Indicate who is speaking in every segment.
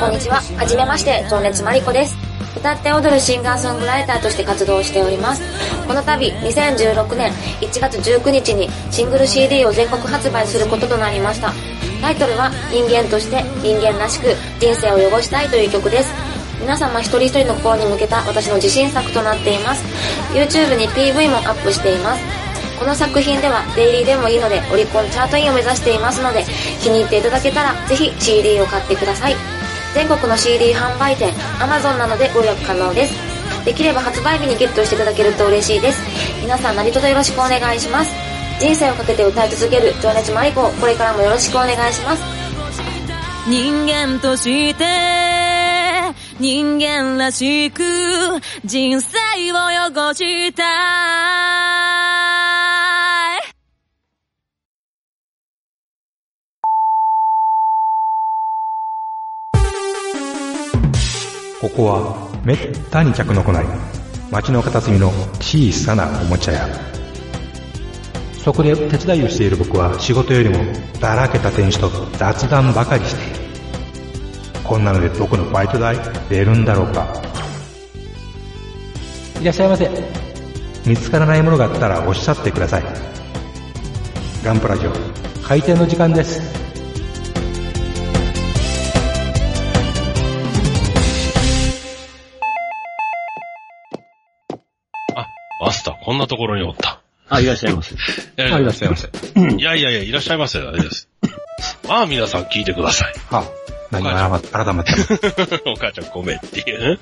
Speaker 1: こんにちは。はじめまして、情熱まりこです。歌って踊るシンガーソングライターとして活動しております。この度、2016年1月19日にシングル CD を全国発売することとなりました。タイトルは、人間として人間らしく人生を汚したいという曲です。皆様一人一人の心に向けた私の自信作となっています。YouTube に PV もアップしています。この作品ではデイリーでもいいのでオリコンチャートインを目指していますので気に入っていただけたらぜひ CD を買ってください全国の CD 販売店 Amazon などでご予約可能ですできれば発売日にゲットしていただけると嬉しいです皆さん何卒よろしくお願いします人生をかけて歌い続ける情熱マリコこれからもよろしくお願いします
Speaker 2: 人間として人間らしく人生を汚した
Speaker 3: ここはめったに客の来ない町の片隅の小さなおもちゃ屋そこで手伝いをしている僕は仕事よりもだらけた店主と雑談ばかりしているこんなので僕のバイト代出るんだろうかいらっしゃいませ見つからないものがあったらおっしゃってくださいガンプラジオ開店の時間です
Speaker 4: マスター、こんなところにおった。
Speaker 5: あ、いらっしゃいませ。い
Speaker 4: やい
Speaker 5: や
Speaker 4: いらっしゃいませ。いやいやいや、いらっしゃいませ。あれです。まあ、皆さん聞いてください。
Speaker 3: はあ、何が改まって
Speaker 4: お母ちゃんごめんっていう 、ね。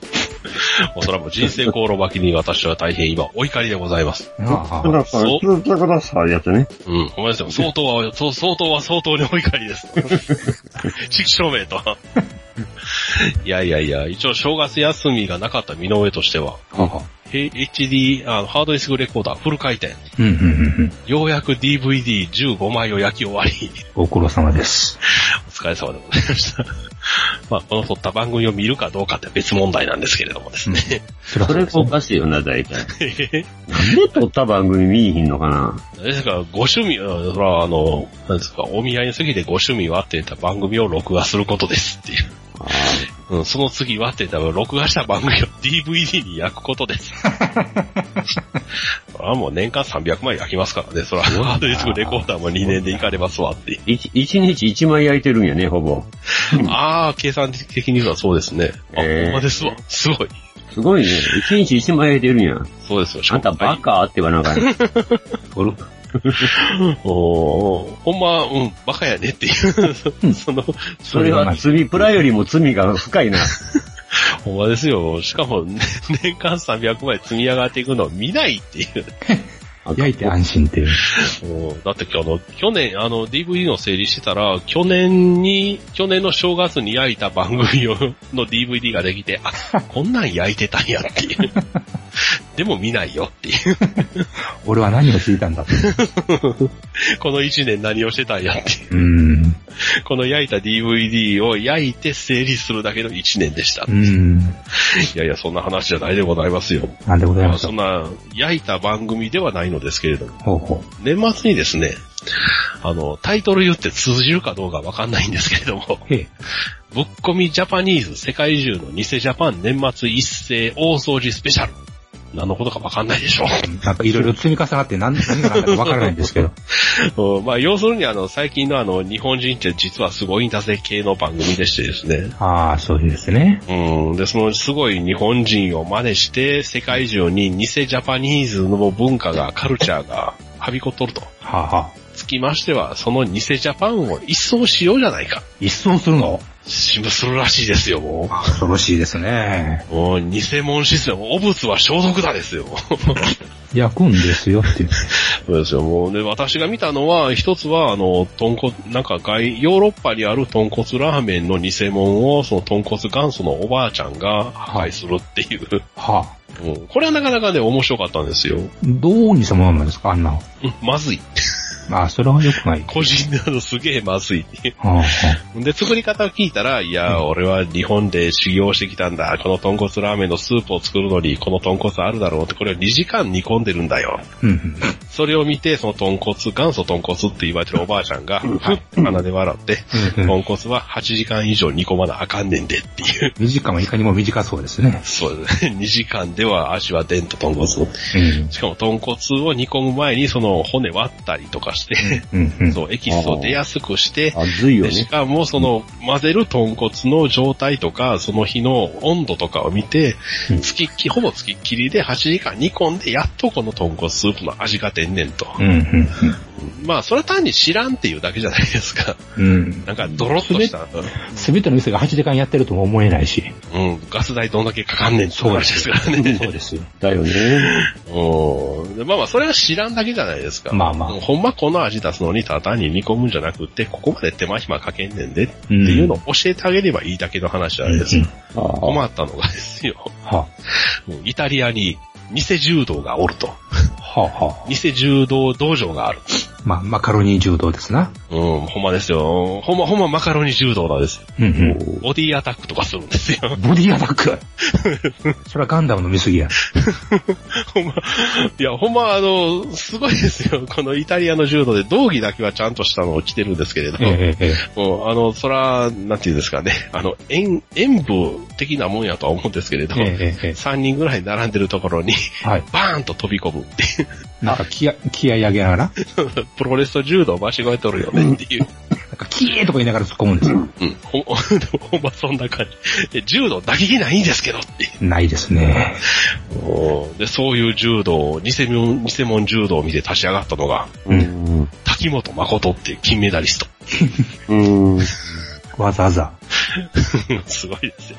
Speaker 4: おそらく人生航路巻きに私は大変今お怒りでございます。
Speaker 5: ああ、そう。続けください、やってね。
Speaker 4: うん、ごめんなさい。相当は、相当は相当にお怒りです。 畜生名と。 いやいやいや、一応正月休みがなかった身の上としては、はは HD、あの、ハードディスクレコーダーフル回転。うんうんうんうん、ようやく DVD15 枚を焼き終わり。
Speaker 3: ご苦労様です。
Speaker 4: お疲れ様でございました。 まあ、この撮った番組を見るかどうかって別問題なんですけれどもですね。
Speaker 5: それおかしいよな、大体。なんで撮った番組見いひんのかな
Speaker 4: ですから、ご趣味、そら、あの、なんですか、お見合いの席でご趣味はって言った番組を録画することですっていう。うん、その次はって多分録画した番組を DVD に焼くことです。それはもう年間300枚焼きますからね。それはハードディスクレコーダーも2年でいかれますわって。
Speaker 5: 1, 1日1枚焼いてるんやね、ほぼ。
Speaker 4: ああ、計算的にはそうですね。あ、えー、ほんまですわ。すごい。
Speaker 5: すごいね。1日1枚焼いてるんや。
Speaker 4: そうですよ、
Speaker 5: あんたバカって言わなあかん。
Speaker 4: おほんま、うん、バカやねっていう その、
Speaker 5: それは罪、プラよりも罪が深いな。
Speaker 4: ほんまですよ。しかも、年間300枚積み上がっていくのを見ないっていう。
Speaker 3: 焼いて安心っていう。
Speaker 4: だって今日の、去年、あの、DVD の整理してたら、去年に、去年の正月に焼いた番組を、の DVD ができて、 あ、こんなん焼いてたんやっていう。 でも見ないよっていう。
Speaker 3: 俺は何をしていたんだって。
Speaker 4: この一年何をしてたんやっていう。うこの焼いた DVD を焼いて整理するだけの一年でした。いやいや、そんな話じゃないでございますよ。
Speaker 3: なんでございます
Speaker 4: そんな、焼いた番組ではないのですけれども、ほうほう年末にですね、あの、タイトル言って通じるかどうかわかんないんですけれども、 ぶっこみジャパニーズ世界中の偽ジャパン年末一斉大掃除スペシャル。何のことかわかんないでしょう。
Speaker 3: なんかいろいろ積み重なって何、何が何だかわからないんですけど。
Speaker 4: まあ、要するにあの、最近のあの、日本人って実はすごいんだぜ系の番組でしてですね。
Speaker 3: ああ、そうですね。
Speaker 4: うん。で、そのすごい日本人を真似して、世界中に偽ジャパニーズの文化が、カルチャーが、はびこっとると。はあ、はあ、つきましては、その偽ジャパンを一掃しようじゃないか。
Speaker 3: 一掃するの
Speaker 4: しむするらしいですよ、もう。
Speaker 3: 恐ろしいですね。
Speaker 4: もう、偽物システム、汚物は消毒だですよ。
Speaker 3: 焼くんですよっていう。
Speaker 4: そうですよ、もう。で、私が見たのは、一つは、あの、豚骨、なんか外、ヨーロッパにある豚骨ラーメンの偽物を、その豚骨元祖のおばあちゃんが破壊するっていう。はあうん、これはなかなかね、面白かったんですよ。
Speaker 3: どう偽物なんですか、あんな。
Speaker 4: うん、まずい。
Speaker 3: まあ、それは良くない。
Speaker 4: 個人なのすげえまず
Speaker 3: う
Speaker 4: い。
Speaker 3: んうん
Speaker 4: で、作り方を聞いたら、いや、俺は日本で修行してきたんだ。この豚骨ラーメンのスープを作るのに、この豚骨あるだろうって、これを2時間煮込んでるんだよ。
Speaker 3: うんうん。
Speaker 4: それを見て、その豚骨、元祖豚骨って言われてるおばあちゃんが、ふっと鼻で笑って、
Speaker 3: うんうん
Speaker 4: 豚骨は8時間以上煮込まなあかんねんでっていう。
Speaker 3: 2時間はいかにも短そうですね。
Speaker 4: そうですね。2時間では味は出んと豚骨。し
Speaker 3: うん。
Speaker 4: かも豚骨を煮込む前に、その骨割ったりとかして、
Speaker 3: うんうん。
Speaker 4: そう、エキスを出やすくして、
Speaker 5: ずいよ
Speaker 4: でし
Speaker 5: ね。
Speaker 4: かも、その、混ぜる豚骨の状態とか、その日の温度とかを見て、つきっき、ほぼつきっきりで8時間煮込んで、やっとこの豚骨スープの味が出んねんと。
Speaker 3: うんうん
Speaker 4: まあ、それは単に知らんっていうだけじゃないですか。
Speaker 3: うん。うん。
Speaker 4: なんか、ドロッとした。
Speaker 3: すべての店が8時間やってるとも思えないし。
Speaker 4: うん、ガス代どんだけかかんねんって話ですからね。
Speaker 3: そうですよ。
Speaker 5: だよね。
Speaker 4: うん。でまあまあ、それは知らんだけじゃないですか。
Speaker 3: まあまあ
Speaker 4: ほんまこの味出すのに、ただ単に煮込むんじゃなくって、ここまで手間暇かけんねんでっていうのを教えてあげればいいだけの話じゃないですか。
Speaker 5: ああ
Speaker 4: 困ったのがですよ、
Speaker 3: は
Speaker 4: もうイタリアに偽柔道がおると。
Speaker 3: あ、はあ、はあ。
Speaker 4: 偽柔道道場がある。
Speaker 3: まあ、マカロニ柔道ですな。
Speaker 4: うん、ほんまですよ。ほんまほんまマカロニ柔道なんですよ。
Speaker 3: うんうん。
Speaker 4: ボディアタックとかするんですよ。
Speaker 3: ボディアタック それはガンダムの見過ぎや。
Speaker 4: ほんま、いや、ほんまあの、すごいですよ。このイタリアの柔道で道着だけはちゃんとしたのを着てるんですけれど、
Speaker 3: ええええ。
Speaker 4: もうあの、そら、なんていうんですかね、あの、演、演舞的なもんやとは思うんですけれど、
Speaker 3: えええええ
Speaker 4: 3人ぐらい並んでるところに、
Speaker 3: え。はい。
Speaker 4: バーンと飛び込むっていう、
Speaker 3: なんか気合、気合い上げながら、な
Speaker 4: プロレスと柔道を間違えとるよねっていう。
Speaker 3: んかキーとか言いながら突っ込むんですよ。
Speaker 4: うん、ほん、 ほんまそんな感じ。え柔道打撃ないんですけどって。
Speaker 3: ないですね。
Speaker 4: で、そういう柔道を、偽物、偽物柔道を見て立ち上がったのが、
Speaker 5: うん。
Speaker 4: 滝本誠っていう金メダリスト。
Speaker 5: うん。
Speaker 3: わざわざ。
Speaker 4: すごいですよ。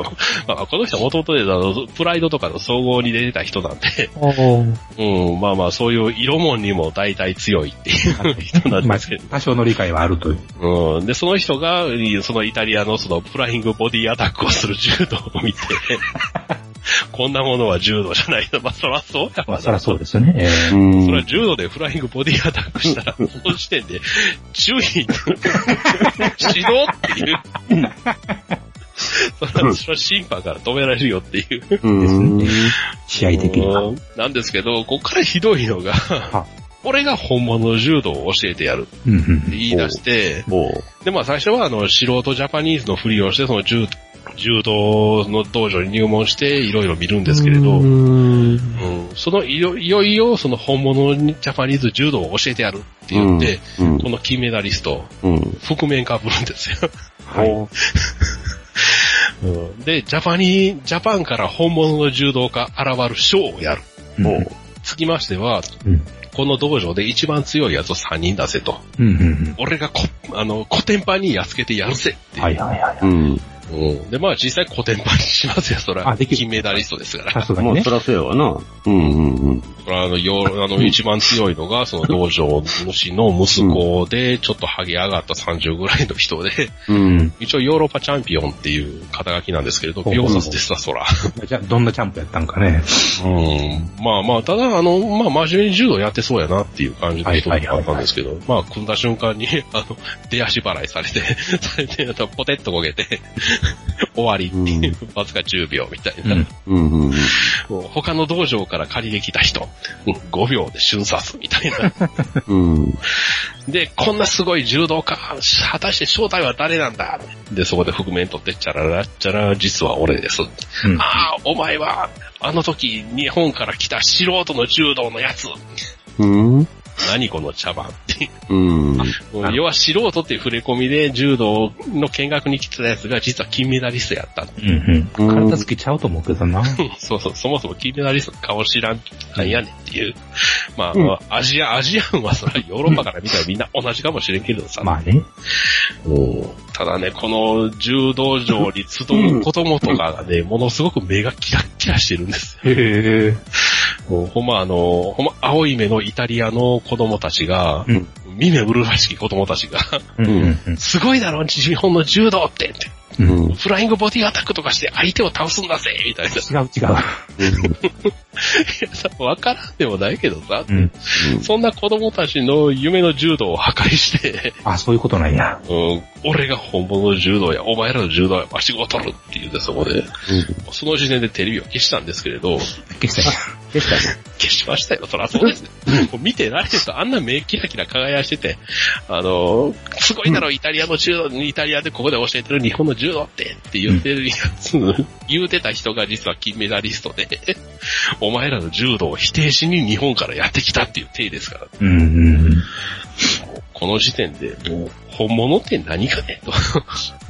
Speaker 4: まあ、この人はもともとで、あの、プライドとかの総合に出てた人なんで、 うん、まあまあ、そういう色もんにも大体強いっていう人なん
Speaker 3: ま
Speaker 4: で
Speaker 3: あ
Speaker 4: すけど、、
Speaker 3: 多少の理解はあるという。
Speaker 4: うん、で、その人が、そのイタリアのそのフライングボディアタックをする柔道 を見て、こんなものは柔道じゃないの。まあ、そらそうや
Speaker 3: まあ、
Speaker 4: わな
Speaker 3: そりゃそうですよね。え
Speaker 5: う
Speaker 3: え
Speaker 5: ん
Speaker 4: それは柔道でフライングボディアタックしたら、その時点で、注意、指導っていう。それはそれは審判から止められるよっていう。
Speaker 5: うん。
Speaker 3: 試合的には。
Speaker 4: なんですけど、ここからひどいのが
Speaker 3: は、
Speaker 4: 俺が本物の柔道を教えてやるって
Speaker 3: うんうん。
Speaker 4: 言い出して、
Speaker 5: おう
Speaker 4: で、まあ最初はあの、素人ジャパニーズのふりをして、その柔柔道の道場に入門して、いろいろ見るんですけれど、うんそのいよいよいよ、その本物にジャパニーズ柔道を教えてやるって言って、
Speaker 5: うん
Speaker 4: この金メダリスト、
Speaker 5: うん。
Speaker 4: 覆面かぶるんですよ。
Speaker 3: はい。
Speaker 4: で、ジャパニー、ジャパンから本物の柔道家現るショーをやる。
Speaker 3: うん
Speaker 5: おう
Speaker 4: つきましては、
Speaker 3: うん
Speaker 4: この道場で一番強いやつを3人出せと。
Speaker 3: うんうん
Speaker 4: 俺がこ、あの、コテンパンにやっつけてやるぜっ
Speaker 3: う
Speaker 4: て
Speaker 3: ん。
Speaker 4: い
Speaker 3: はい
Speaker 4: う。
Speaker 3: はいはい。
Speaker 5: うん。
Speaker 4: うんで、まあ実際コテンパンにしますよ、そら。
Speaker 3: あできる
Speaker 4: 金メダリストですから。
Speaker 3: さすが
Speaker 5: ま
Speaker 3: に
Speaker 5: あ、
Speaker 3: ね
Speaker 5: そ。らそうやわな。うんうん
Speaker 4: これはあの、ようあの、一番強いのが、その道場主の息子で、ちょっとハゲ上がった30ぐらいの人で、
Speaker 5: うん。うん。
Speaker 4: 一応ヨーロッパチャンピオンっていう肩書きなんですけれど、
Speaker 3: ほう
Speaker 4: 秒殺でした、そら。
Speaker 3: じゃあ、どんなチャンプやったんかね。
Speaker 4: うん。まあまあ、ただ、あの、まあ、真面目に柔道やってそうやなっていう感じの人だったんですけど、まあ、組んだ瞬間に、あの、出足払いされて、されて、あとポテッと焦げて、終わりっていう、わずか10秒みたいな。
Speaker 3: うん
Speaker 5: うんうんうん。
Speaker 4: もう他の道場から借りてきた人、うん5秒で瞬殺みた いな。
Speaker 5: うん。
Speaker 4: で、こんなすごい柔道家、果たして正体は誰なんだで、そこで覆面取って、チャララ、チャララ、実は俺です。
Speaker 3: うん。
Speaker 4: ああ、お前は、あの時、日本から来た素人の柔道のやつ。
Speaker 5: うん。
Speaker 4: 何この茶番って。
Speaker 5: うん。
Speaker 3: なるほど
Speaker 4: 要は素人っていう触れ込みで柔道の見学に来てたやつが実は金メダリストやっ
Speaker 3: う
Speaker 4: た。
Speaker 3: んう。
Speaker 5: うんん
Speaker 3: 体つけちゃうと思うけどな。
Speaker 4: そうそう、そもそも金メダリストの顔知らん、なんやねんっていう。まあ、まあアジア、アジアンはそらヨーロッパから見たらみんな同じかもしれんけどさ。
Speaker 3: まあね。
Speaker 4: ただね、この柔道場に集う子供とかがね、ものすごく目がキラッキラしてるんですよ
Speaker 3: へえ。
Speaker 4: もうほんまあの、ほんま青い目のイタリアの子供たちが、
Speaker 3: うん
Speaker 4: ミメウルらしき子供たちが、
Speaker 3: うんうんうん。
Speaker 4: すごいだろ、日本の柔道ってって
Speaker 5: うん。
Speaker 4: フライングボディアタックとかして相手を倒すんだぜみたいな。
Speaker 3: 違 う違う。
Speaker 4: わからんでもないけどさ。
Speaker 3: うん。
Speaker 4: そんな子供たちの夢の柔道を破壊して、
Speaker 3: あ、そういうことなんや。
Speaker 4: うん、俺が本物の柔道や、お前らの柔道や、わしごとるって言うてそこで、その時点でテレビを消したんですけれど、
Speaker 3: 決済。
Speaker 5: でしたね。
Speaker 4: 消しましたよ。そらそうですね。もう見てられてた。あんな目キラキラ輝かしてて、あの、すごいだろ、イタリアの柔道、イタリアでここで教えてる日本の柔道ってって言ってるやつ、言うてた人が実は金メダリストで、お前らの柔道を否定しに日本からやってきたっていう体ですから、
Speaker 3: うんうん
Speaker 4: この時点でもう本物って何かねと。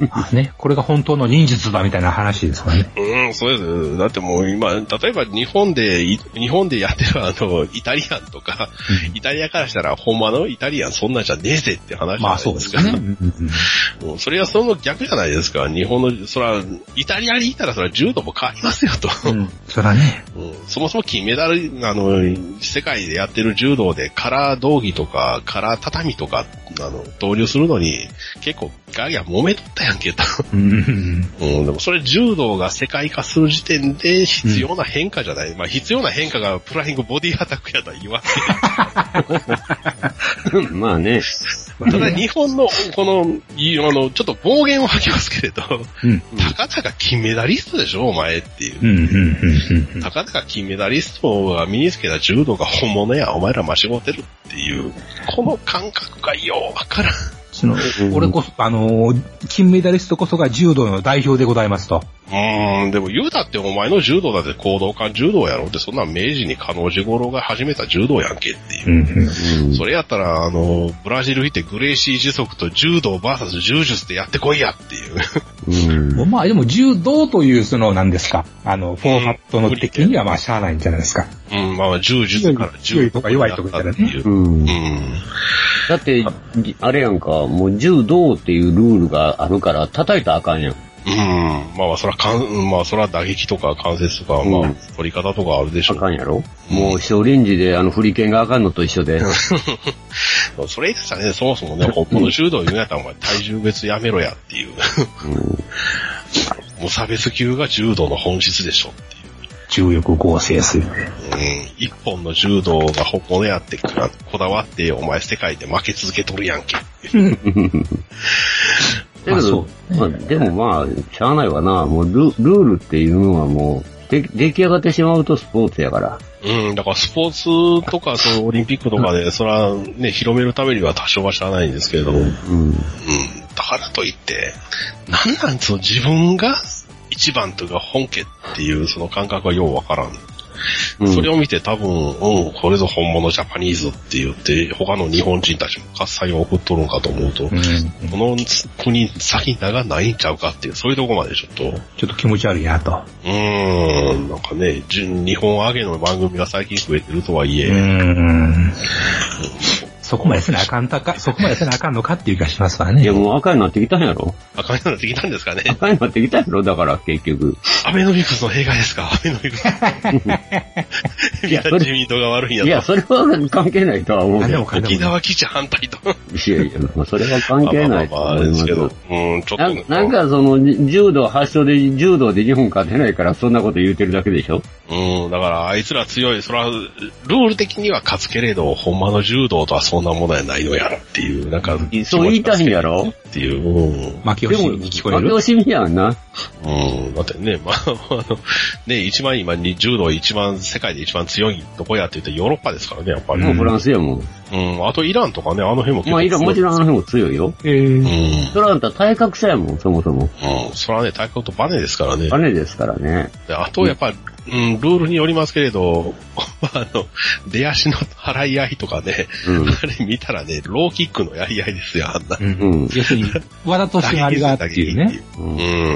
Speaker 3: うん。まあね、これが本当の忍術だみたいな話ですからね。
Speaker 4: うん、そうです。だってもう今、例えば日本で、い日本でやってるあの、イタリアンとか、イタリアからしたら、ほんまのイタリアンそんなんじゃねえぜって話じゃ
Speaker 3: ま
Speaker 4: な
Speaker 3: あそ
Speaker 4: いうで
Speaker 3: ですす
Speaker 4: か。
Speaker 3: よね。うんうんうん
Speaker 4: うんそれはその逆じゃないですか。日本の、そら、イタリアにいたらそら柔道も変わりますよと。
Speaker 3: うん、そらね。
Speaker 4: うんそもそも金メダル、あの、世界でやってる柔道で、カラー道着とか、カラー畳とか、あの、導入するのに、結構ガギャ揉めとったやんけと。
Speaker 3: うんうんうん。
Speaker 4: うん、 でもそれ柔道が世界化する時点で必要な変化じゃない。まあ必要な変化がプライングボディアタックやとは言わない。
Speaker 5: まあね。
Speaker 4: ただ日本のこの、いあの、ちょっと暴言を吐きますけれど、
Speaker 3: うん
Speaker 4: たかたか金メダリストでしょ、お前っていうう。
Speaker 3: んうんうんうん。
Speaker 4: たかたか金メダリストが身につけた柔道が本物や、お前ら間違ってるっていう、この感覚がようわからん。
Speaker 3: その
Speaker 5: うん、
Speaker 3: 俺こそ、あのー、金メダリストこそが柔道の代表でございますと。
Speaker 4: うーん、でも言うたってお前の柔道だって行動感柔道やろって、そんなん明治に可能時頃が始めた柔道やんけっていう。
Speaker 3: んうん。
Speaker 5: うん
Speaker 4: それやったら、あの、ブラジル行ってグレーシー時速と柔道バーサス柔術でやってこいやっていう。
Speaker 5: うん。
Speaker 3: まあでも柔道というその何ですか、あの、フォーマットの的にはまあしゃあないんじゃないですか。
Speaker 4: うん、まあ、柔術から
Speaker 3: 強いとか弱いとか
Speaker 4: 柔道になったっていう。
Speaker 5: うん
Speaker 4: うん。
Speaker 5: だって、あれやんか、もう柔道っていうルールがあるから叩いたらあかんやん。
Speaker 4: うん。まあ、そら、かん、うんまあ、そら打撃とか関節とか、ま
Speaker 5: う
Speaker 4: あ
Speaker 5: ん、
Speaker 4: 取り方とかあるでしょ
Speaker 5: あ
Speaker 4: う
Speaker 5: かんやろもう少林寺であの振り剣があかんのと一緒で。
Speaker 4: けど。それ言ってたらね、そもそもね、この柔道言うなやったらお前体重別やめろやっていう。 もう差別級が柔道の本質でしょっていう。
Speaker 3: 重力合成する。
Speaker 4: うん一本の柔道が本物やってからこだわって、お前世界で負け続けとるやんけ。
Speaker 5: だ
Speaker 3: あ
Speaker 5: け
Speaker 3: そ
Speaker 5: ど、まあ、でもまあ、しゃあないわな。もうルルールっていうのはもう、で出来上がってしまうとスポーツやから。
Speaker 4: うん、だからスポーツとか、そのオリンピックとかで、それはね、広めるためには多少はしゃあないんですけれども、うん、だ
Speaker 5: うん。
Speaker 4: からといって、なんなんその自分が一番というか本家っていうその感覚はようわからん。
Speaker 5: うん
Speaker 4: それを見て多分、うん、これぞ本物ジャパニーズって言って、他の日本人たちも喝采を送っとるのかと思うと、
Speaker 3: うん。
Speaker 4: この国先長ないんちゃうかっていう、そういうとこまでちょっと、
Speaker 3: ちょっと気持ち悪いなと。
Speaker 4: うーん、なんかね、純日本上げの番組が最近増えてるとはいえ、
Speaker 3: ん。そこまでせなあかんたか、そこまでせなあかんのかっていう気がしますわ
Speaker 5: いや
Speaker 3: ね。
Speaker 5: もう赤になってきたんやろ
Speaker 4: 赤いのできたんですかね。
Speaker 5: 赤になってきたんやろだから結局。
Speaker 4: アベノミクスの弊害ですかアベノミクス。 みんな自民党が悪いん
Speaker 5: い
Speaker 4: や
Speaker 5: や、
Speaker 4: と。
Speaker 5: それは関係ないとは思うけ
Speaker 3: 何で
Speaker 5: ど。
Speaker 3: もかんで
Speaker 4: 沖
Speaker 3: も。
Speaker 4: 縄基地反対と。
Speaker 5: いやいや、まあそれは関係ないと
Speaker 4: まあまあまあ、あ
Speaker 5: 思
Speaker 4: れ
Speaker 5: い
Speaker 4: で
Speaker 5: ますす
Speaker 4: け
Speaker 5: け
Speaker 4: ど
Speaker 5: ど。。
Speaker 4: うん、ちょっ
Speaker 5: な
Speaker 4: と
Speaker 5: んなん、かその、じ柔道発祥で、柔道で日本勝てないから、そんなこと言うてるだけでしょ
Speaker 4: うん、だからあいつら強い、そら、ルール的には勝つけれど、ほんまの柔道とはそんなものやないのやろっていう、なんか、
Speaker 5: そう言いたいんやろ
Speaker 4: っていう、うん。
Speaker 3: 負け惜しみに聞こえ
Speaker 5: 負け
Speaker 3: る
Speaker 5: 惜しみやんな。
Speaker 4: うん、だってね、まあ、あの、ね、一番今に柔道一番、世界で一番強いとこやって言ったらヨーロッパですからね、やっぱり。
Speaker 5: もう
Speaker 4: う
Speaker 5: フランスやもん。
Speaker 4: ん、あとイランとかね、あの辺も結
Speaker 5: ま
Speaker 4: 構
Speaker 5: あ、いろもちろんあの辺も強いよ。
Speaker 3: えー
Speaker 4: うん。
Speaker 5: それはあんた体格差やもん、そもそも。
Speaker 4: うん、それはね、体格とバネですからね。
Speaker 5: バネですからね。
Speaker 4: であと、やっぱ、うん、ルールによりますけれど、 まあ、あの、出足の払い合いとかね、
Speaker 5: う
Speaker 4: あれ見たらね、ローキックのやり合いですよ、あんな。
Speaker 3: うん
Speaker 5: ん。うん。
Speaker 3: 要するに、技としてのありがあっていうね。
Speaker 4: う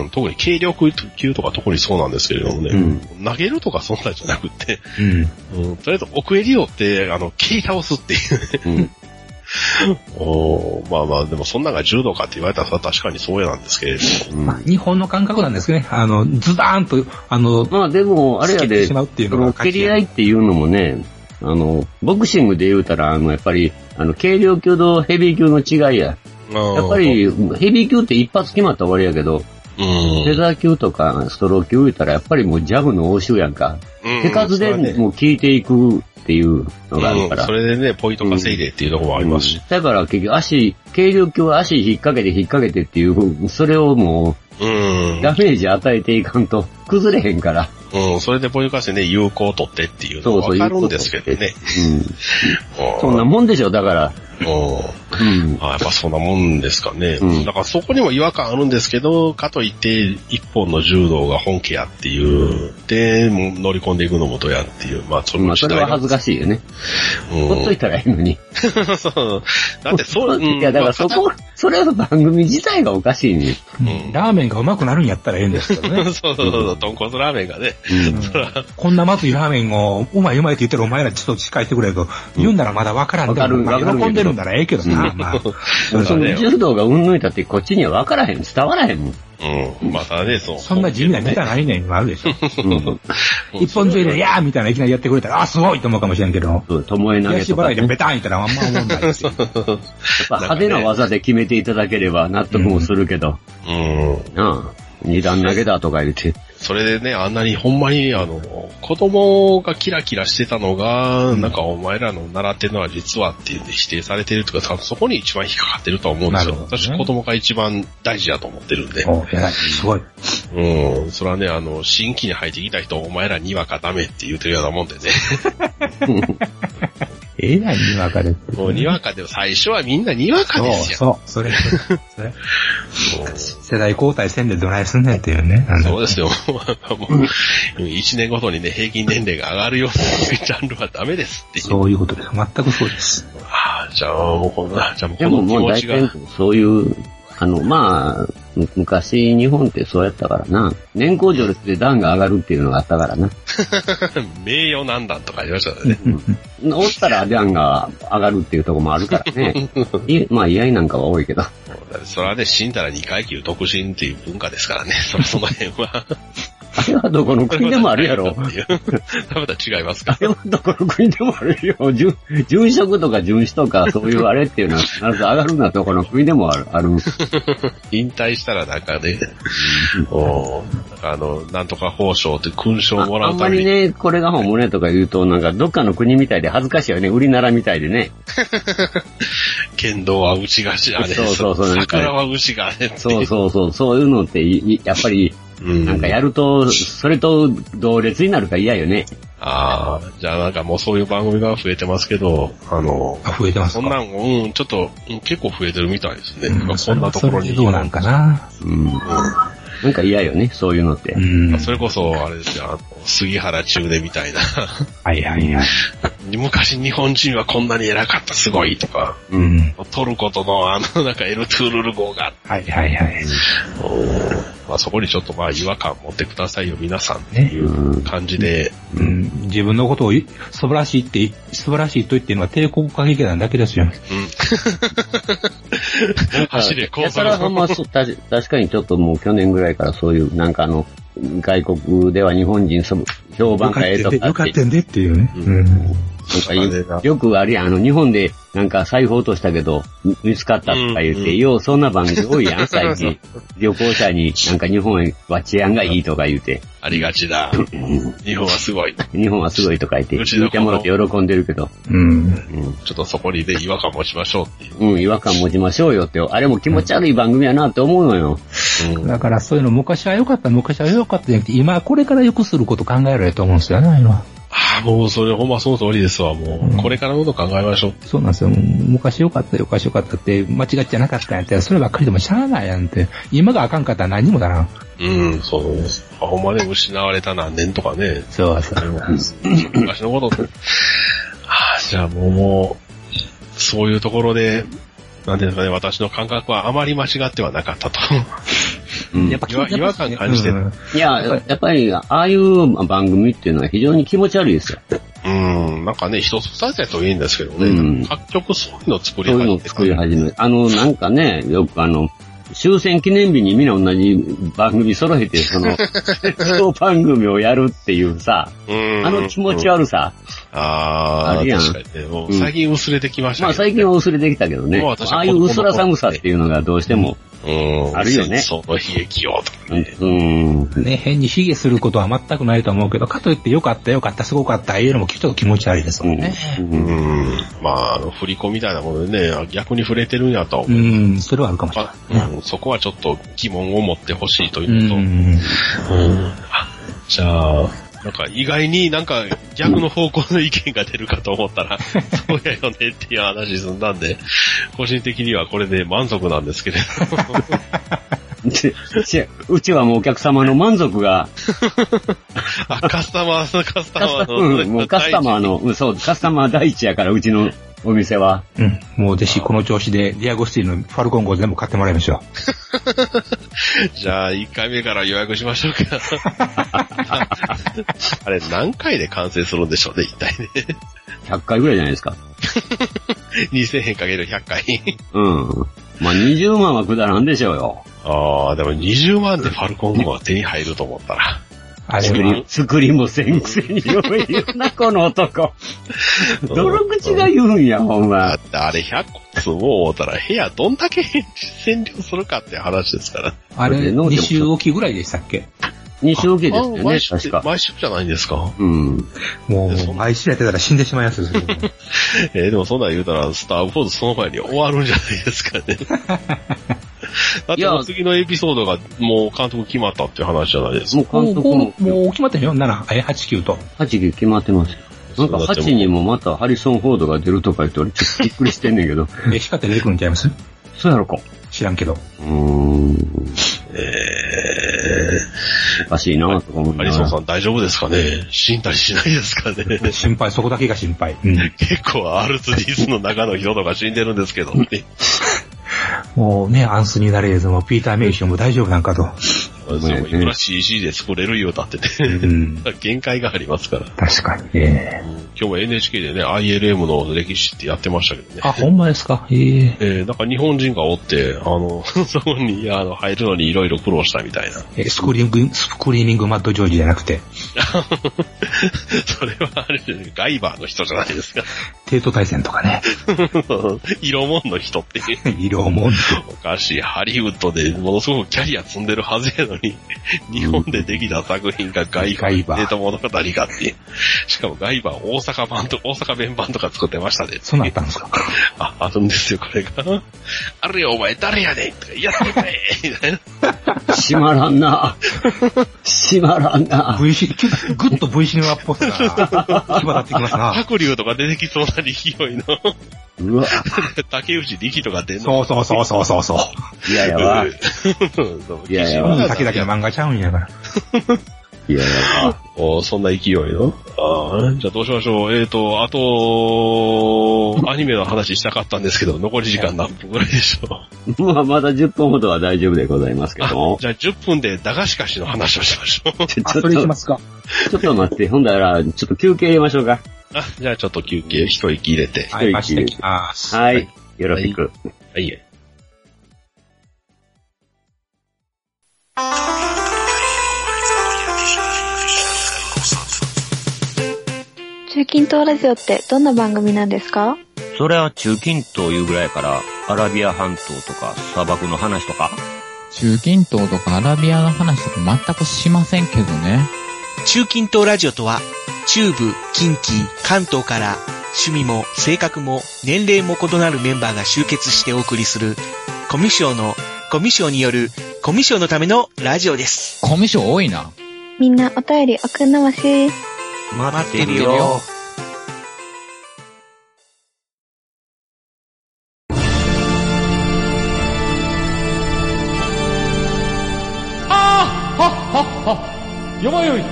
Speaker 4: ん、特に軽量級とか特にそうなんですけれどもね、
Speaker 5: うん
Speaker 4: 投げるとかそんなんじゃなくって、
Speaker 3: うん。
Speaker 4: うん、とりあえず奥襟をって、あの、蹴り倒すっていうね。
Speaker 5: うん。
Speaker 4: おーまあまあ、でもそんなんが柔道かって言われたらそれは確かにそうやなんですけれど、
Speaker 5: うん
Speaker 3: まあ、日本の感覚なんですね。あの、ズダーンと、あの、
Speaker 5: まあでも、あれや
Speaker 3: つけて
Speaker 5: で、
Speaker 3: し
Speaker 5: そ
Speaker 3: まうっていうのが
Speaker 5: の蹴り合いっていうのもね、あの、ボクシングで言うたら、あの、やっぱり、あの、軽量級とヘビー級の違いや。やっぱり、ヘビー級って一発決まったら終わりやけど、
Speaker 4: うん。
Speaker 5: フェザー級とかストロー級言ったらやっぱりもうジャブの応酬やんか。
Speaker 4: うん
Speaker 5: 手数でもう効いていくっていうのがあるか
Speaker 4: うん
Speaker 5: ら
Speaker 4: そ。れでね、ポイント稼いでっていうところもありますし。
Speaker 5: だから結局足、軽量級は足引っ掛けて引っ掛けてっていう、それをも
Speaker 4: うん
Speaker 5: う。ダメージ与えていかんと崩れへんから。
Speaker 4: うん、それでポイント稼いで有効取ってっていうの
Speaker 5: そう
Speaker 4: は
Speaker 5: そ
Speaker 4: わ
Speaker 5: う、
Speaker 4: か
Speaker 5: いう
Speaker 4: る
Speaker 5: こ
Speaker 4: ん
Speaker 5: と
Speaker 4: ですけどね。
Speaker 5: うん。そんなもんでしょ、だから。
Speaker 4: うん。
Speaker 5: うん。
Speaker 4: あやっぱそんなもんですかね。
Speaker 5: うん
Speaker 4: だからそこにも違和感あるんですけど、かといって一本の柔道が本家やっていう、で、もう乗り込んでいくのもどうやっていう、まあそ
Speaker 5: ま
Speaker 4: の
Speaker 5: あ、そ
Speaker 4: 時
Speaker 5: れ
Speaker 4: 代
Speaker 5: は恥ずかしいよね。
Speaker 4: うん
Speaker 5: ほっといたらいいのに。
Speaker 4: そうだってそう、うん
Speaker 5: いや、だからそこ、それは番組自体がおかしいね。
Speaker 4: うん
Speaker 3: ラーメンがうまくなるんやったらええんですけどね。
Speaker 4: そうそうそう、豚骨ラーメンがね。
Speaker 5: うん。
Speaker 3: こんなまずいラーメンを、うまいうまいって言ってるお前らちょっと近いってくれと、言うんならまだわからんで
Speaker 5: わかる
Speaker 3: も、まあ
Speaker 5: わかるんやけど
Speaker 3: 喜んでるんならええけどな、
Speaker 5: う
Speaker 3: まあ。
Speaker 4: そう
Speaker 5: そ
Speaker 4: だ
Speaker 5: の
Speaker 4: ね。
Speaker 5: 柔道がうんぬいたってこっちには分からへん、伝わらへんもん。
Speaker 4: うん。またね、そう。
Speaker 3: そんな地味なネタないねん、今あるで しょ。
Speaker 5: うん。
Speaker 4: うん
Speaker 3: 一本釣りで、やーみたいないきなりやってくれたら、あ、すごいと思うかもしれんけど、
Speaker 5: そう、ともえ投
Speaker 3: 冷や
Speaker 5: げ
Speaker 3: し
Speaker 5: とか、
Speaker 3: 払
Speaker 5: ね。
Speaker 3: い
Speaker 5: や
Speaker 3: でベタンいったらあんま思んないですよ。
Speaker 5: っぱ派手な技で決めていただければ納得もするけど。
Speaker 4: うん。
Speaker 5: なあ。二段投げだとか言って。
Speaker 4: それでね、あんなにほんまに、あの、子供がキラキラしてたのが、なんかお前らの習ってるのは実はっていうんで否定されてるとか、多分そこに一番引っかかってるとは思うんですよ。
Speaker 3: なるほどね
Speaker 4: 私子供が一番大事だと思ってるんで。
Speaker 3: お偉い。すごい。
Speaker 4: うん。それはね、あの、新規に入ってきた人、お前らにわかダメって言うてるようなもんでね。
Speaker 3: ええやん、にわかで。
Speaker 4: もうにわかでも最初はみんなにわか
Speaker 3: そ
Speaker 4: で
Speaker 3: う
Speaker 4: すよ。
Speaker 3: そう、それ、それ。
Speaker 4: うん
Speaker 3: 世代交代せんでどないすんねんっていうね。
Speaker 4: そうですよ。もう、一年ごとにね、平均年齢が上がるようなジャンルはダメですっていう。
Speaker 3: そういうことです。全くそうです。
Speaker 4: ああ、じゃあ、もうこんな、じゃあもう
Speaker 5: で
Speaker 4: こ
Speaker 5: も
Speaker 4: の気
Speaker 5: もう
Speaker 4: 持
Speaker 5: 大
Speaker 4: ちが。
Speaker 5: 体そういう、あの、まあ、む昔日本ってそうやったからな。年功序列で段が上がるっていうのがあったからな。
Speaker 4: 名誉なんだとかありましたね。
Speaker 5: おったら段が上がるっていうところもあるからね。いまあ、居合なんかは多いけど。
Speaker 4: それはね、死んだら二階級独身っていう文化ですからね。 そらその辺は。
Speaker 5: あれはどこの国でもあるや ろ。
Speaker 4: それはまた違います
Speaker 5: あ
Speaker 4: か。
Speaker 5: れはどこの国でもあるよ。殉殉職とか殉死とか、そういうあれっていうのは、必ず上がるのはどこの国でもある。ある
Speaker 4: 引退したらなんかね、おーなんかあの、なんとか報奨って勲章
Speaker 5: あ
Speaker 4: をもら
Speaker 5: あん
Speaker 4: う
Speaker 5: ま
Speaker 4: ため
Speaker 5: り
Speaker 4: に。
Speaker 5: ね、これが本物やとか言うと、なんかどっかの国みたいで恥ずかしいよね。売りならみたいでね。
Speaker 4: 剣道は打ちがしあれ、
Speaker 5: そうそうそうなんか
Speaker 4: 桜は打ちがね。
Speaker 5: そうそうそう、そういうのってい、いやっぱり、
Speaker 4: うん。
Speaker 5: なんかやると、それと同列になるから嫌よね。
Speaker 4: ああ、じゃあなんかもうそういう番組が増えてますけど、あの、
Speaker 3: あ、増えてます
Speaker 4: そ
Speaker 3: か
Speaker 4: んなん、うん、ちょっと、うん結構増えてるみたいですね。なんか
Speaker 3: そ
Speaker 4: こんなところに。
Speaker 3: どうなんかな。
Speaker 5: うん。なんか嫌よね、そういうのって
Speaker 3: う。ん。
Speaker 4: それこそ、あれですよ、あの杉原中根みたいな。
Speaker 3: はいはいはい。
Speaker 4: 昔日本人はこんなに偉かった、すごいとか。
Speaker 5: う。
Speaker 3: うんん。
Speaker 4: トルコとのあの、なんかエルトゥールル号が、
Speaker 3: はいはいはい。
Speaker 4: まあ、そこにちょっとまあ違和感持ってくださいよ、皆さんっていう感じで。
Speaker 3: うん。自分のことをい素晴らしいって、素晴らしいと言ってるのは帝国歌劇団だけですよ。
Speaker 4: うん。走れ、こう
Speaker 5: やたらほんまそう、たし確かにちょっともう去年ぐらいからそういう、なんかあの、外国では日本人その評判がええとか
Speaker 3: よか
Speaker 5: っ、
Speaker 3: っててんでっていうね。
Speaker 4: う
Speaker 3: うん。
Speaker 5: なんか言うよくあるやん、あの、日本でなんか財布落としたけど、み見つかったとか言って、
Speaker 4: うんうん
Speaker 5: ようそんな番組多いやん、最 近。旅行者になんか日本は治安がいいとか言うて、
Speaker 4: ありがちだ。日本はすごい。ち
Speaker 5: 日本はすごいとか言って、
Speaker 4: うちの
Speaker 5: 聞いてもらって喜んでるけど、
Speaker 3: うん。
Speaker 5: うん、
Speaker 4: ょっとそこにね、違和感持ちましょうっていう。
Speaker 5: うん、違和感持ちましょうよって、あれも気持ち悪い番組やなって思うのよ。
Speaker 4: うん
Speaker 3: だからそういうの昔は良かった、昔は良かったじゃなくて、今これから良くすること考えろやと思うんですよね、今。
Speaker 4: ああ、もうそれほんまその通りですわ、も
Speaker 3: うん
Speaker 4: う。これからのこと考えましょう。
Speaker 3: そうなんですよ。昔良かった、昔良かったって、間違っちゃなかったんやったら、そればっかりでもしゃあないやんって。今があかんかったら何にもだな。
Speaker 4: うん、そうです。あほんまね、失われた何年とかね、
Speaker 3: そうそ
Speaker 4: あ。の昔のこと、ああ、じゃあもう、もう、そういうところで、なんていうんですかね、私の感覚はあまり間違ってはなか ったと。
Speaker 5: うん
Speaker 3: やっぱ
Speaker 4: 違和違和感感じてる
Speaker 3: うん
Speaker 5: いや、やっぱり、ああいう番組っていうのは非常に気持ち悪いですよ。
Speaker 4: うん、なんかね、一つ二つやといいんですけどね、
Speaker 5: うん
Speaker 4: 各局そういうの作り
Speaker 5: そういうの
Speaker 4: 始
Speaker 5: を
Speaker 4: めて
Speaker 5: 作り始める。あの、なんかね、よくあの、終戦記念日にみんな同じ番組揃えて、その、そう番組をやるっていうさ、
Speaker 4: うん
Speaker 5: あの気持ち
Speaker 4: は
Speaker 5: 悪さ。
Speaker 4: あ
Speaker 5: あ
Speaker 4: あ、
Speaker 5: るやん
Speaker 4: 確かにね、もう
Speaker 5: うん
Speaker 4: 最近薄れてきました
Speaker 5: まあ
Speaker 4: けど、
Speaker 5: 最近は薄れてきたけどね
Speaker 4: まあ、私
Speaker 5: あ
Speaker 4: は
Speaker 5: あいう薄ら寒さっていうのがどうしても、
Speaker 4: うん。
Speaker 5: あるよね
Speaker 4: その悲劇を、とか
Speaker 5: う
Speaker 4: ね。
Speaker 5: ん。
Speaker 3: ね、変に卑下することは全くないと思うけど、かといってよかったよかった、すごかった、言えるのもきっと気持ち悪いですもんね。
Speaker 5: うん。
Speaker 4: うん。まあ、あの、振り子みたいなものでね、逆に触れてるんやとは
Speaker 3: う
Speaker 4: 思う。
Speaker 3: ん、それはあるかもしれ
Speaker 4: ま
Speaker 3: な
Speaker 4: あうんそこはちょっと疑問を持ってほしいと
Speaker 3: い。
Speaker 4: いうのと、
Speaker 3: うん。
Speaker 4: うんあじゃあ、なんか意外になんか逆の方向の意見が出るかと思 ったら、そうやよねっていう話済んだんで、個人的にはこれで満足なんですけれども。
Speaker 5: でちうちはもうお客様の満足が、
Speaker 4: あ、カスタマーの、カスタマーの。
Speaker 5: うん、もうカスタマーの、うん、そう、カスタマー第一やから、うちのお店は。
Speaker 3: うん。もうぜひこの調子で、ディアゴスティーのファルコン号全部買ってもらいましょ
Speaker 4: じゃあ、1回目から予約しましょう か。あれ、何回で完成するんでしょうね、一体ね。
Speaker 5: 100回ぐらいじゃないですか。
Speaker 4: 2000円かける100回。
Speaker 5: うん。まあ、20万はくだらんでしょうよ。
Speaker 4: ああ、でも20万でファルコン号が手に入ると思ったら。
Speaker 3: う。あれ
Speaker 5: 作
Speaker 3: は、
Speaker 5: り、作りもせんくせによう言うな、この 男。泥口が言うんや、ほ
Speaker 4: だ
Speaker 5: んま
Speaker 4: っ。てあれ100個積もうたら部屋どんだけ占領するかって話ですから。
Speaker 3: あれ、2週おきぐらいでしたっけ
Speaker 5: 二週受けです
Speaker 4: あ毎
Speaker 5: よ
Speaker 4: 週っ
Speaker 5: ね、
Speaker 4: て
Speaker 5: 確か。
Speaker 4: 毎週じゃないんですか。
Speaker 5: うん。
Speaker 3: もう、毎週やってたら死んでしまいやすいですよ。
Speaker 4: えーでもそんなん言うたら、スターウォーズその前に終わるんじゃないですかね。だっ
Speaker 5: い
Speaker 4: ても
Speaker 5: や
Speaker 4: う次のエピソードがもう監督決まったっていう話じゃないですか。
Speaker 5: もう監督も、
Speaker 3: もう決まってんよ、7、え、8、9と。
Speaker 5: 8級決まってますよ。なんか8にもまたハリソン・フォードが出るとか言って俺ちょっとびっくりしてんねんけど。
Speaker 3: え、光って出てくるんちゃいます
Speaker 5: そうやろか。
Speaker 3: 知らんけど。
Speaker 5: うーん。
Speaker 4: え
Speaker 5: おかしいなとか思い
Speaker 4: ー、ア
Speaker 5: なが
Speaker 4: リ
Speaker 5: ら
Speaker 4: ソンさん大丈夫ですかね死んだりしないですかね
Speaker 3: 心配、そこだけが心配。うん。
Speaker 4: 結構 R2D2 の中の人とか死んでるんですけどって。
Speaker 3: もうね、アンスニー・ダレーズも、ピーター・メイションも大丈夫なんかと。
Speaker 4: でもいくら CG で作れるようだって
Speaker 3: う
Speaker 4: ね。
Speaker 3: ん。
Speaker 4: 限界がありますから。
Speaker 3: 確かに。ええ
Speaker 4: 今日も NHK でね、ILM の歴史ってやってましたけどね。
Speaker 3: あ、ほんまですかええ
Speaker 4: えー、なんか日本人がおって、あの、 そこに、あの、入るのにいろいろ苦労したみたいな。
Speaker 3: えスクリーミング、スクリーミングマッドジョージじゃなくて、
Speaker 4: それはあれですね、ガイバーの人じゃないですか。
Speaker 3: 帝都大戦とかね、
Speaker 4: 色もんの人っていう。
Speaker 3: 色もんと。
Speaker 4: おかしい、ハリウッドでものすごくキャリア積んでるはずやのに、日本でできた作品がガイバ
Speaker 3: ガイ
Speaker 4: ー、
Speaker 3: バー
Speaker 4: ネタ物語がっていう。しかもガイバー大阪版と、大阪弁版とか作ってましたね。
Speaker 3: そうなったんですか
Speaker 4: あ、あるんですよ、これ が。あるよ、お前誰やねんとか、やってくれみたいな。
Speaker 5: 閉まらん な。閉まらんな。
Speaker 3: ?V シ、ぐっと V シネマっぽさが、際立ってきますな。
Speaker 4: 白龍とか出てきそうな勢いの、
Speaker 5: う わ、
Speaker 4: 竹内力とか出んの
Speaker 3: そうそうそうそうそうそう。
Speaker 5: 嫌やわ。
Speaker 4: そう
Speaker 5: いやいや
Speaker 3: うん、
Speaker 5: わ
Speaker 3: 先だけの漫画ちゃうんやから。
Speaker 5: 嫌やわ。
Speaker 4: おそんな勢いのああ、じゃあどうしましょう。えっ、と、あと、アニメの話したかったんですけど、残り時間何分ぐらいでしょう。
Speaker 5: まあ、まだ10分ほどは大丈夫でございますけど
Speaker 4: あ
Speaker 5: も。
Speaker 4: じゃあ10分で駄菓子菓子の話をしましょう。
Speaker 5: ちょ
Speaker 3: あ、
Speaker 5: ちょっ
Speaker 3: そ
Speaker 5: と、
Speaker 3: れいき
Speaker 5: ち
Speaker 3: ますか。
Speaker 5: ょっと待って、ほんだら、ちょっと休憩入れましょうか。
Speaker 4: あじゃあちょっと休憩、一息入れて。
Speaker 3: はい、ましてきます。
Speaker 5: はい。よろしく。
Speaker 4: はい。
Speaker 6: 中近東ラジオってどんな番組なんですか
Speaker 7: それは中近東いうぐらいやから、アラビア半島とか砂漠の話とか、
Speaker 8: 中近東とかアラビアの話とか全くしませんけどね。
Speaker 9: 中近東ラジオとは、中部、近畿、関東から、趣味も性格も年齢も異なるメンバーが集結してお送りする、コミュ障の、コミュ障による、コミュ障のためのラジオです。
Speaker 8: コミュ障多いな。
Speaker 6: みんなお便り送んなまし。
Speaker 7: 待ってる
Speaker 8: 待ってる
Speaker 7: よ
Speaker 8: よ。
Speaker 10: ああはっはっは山よい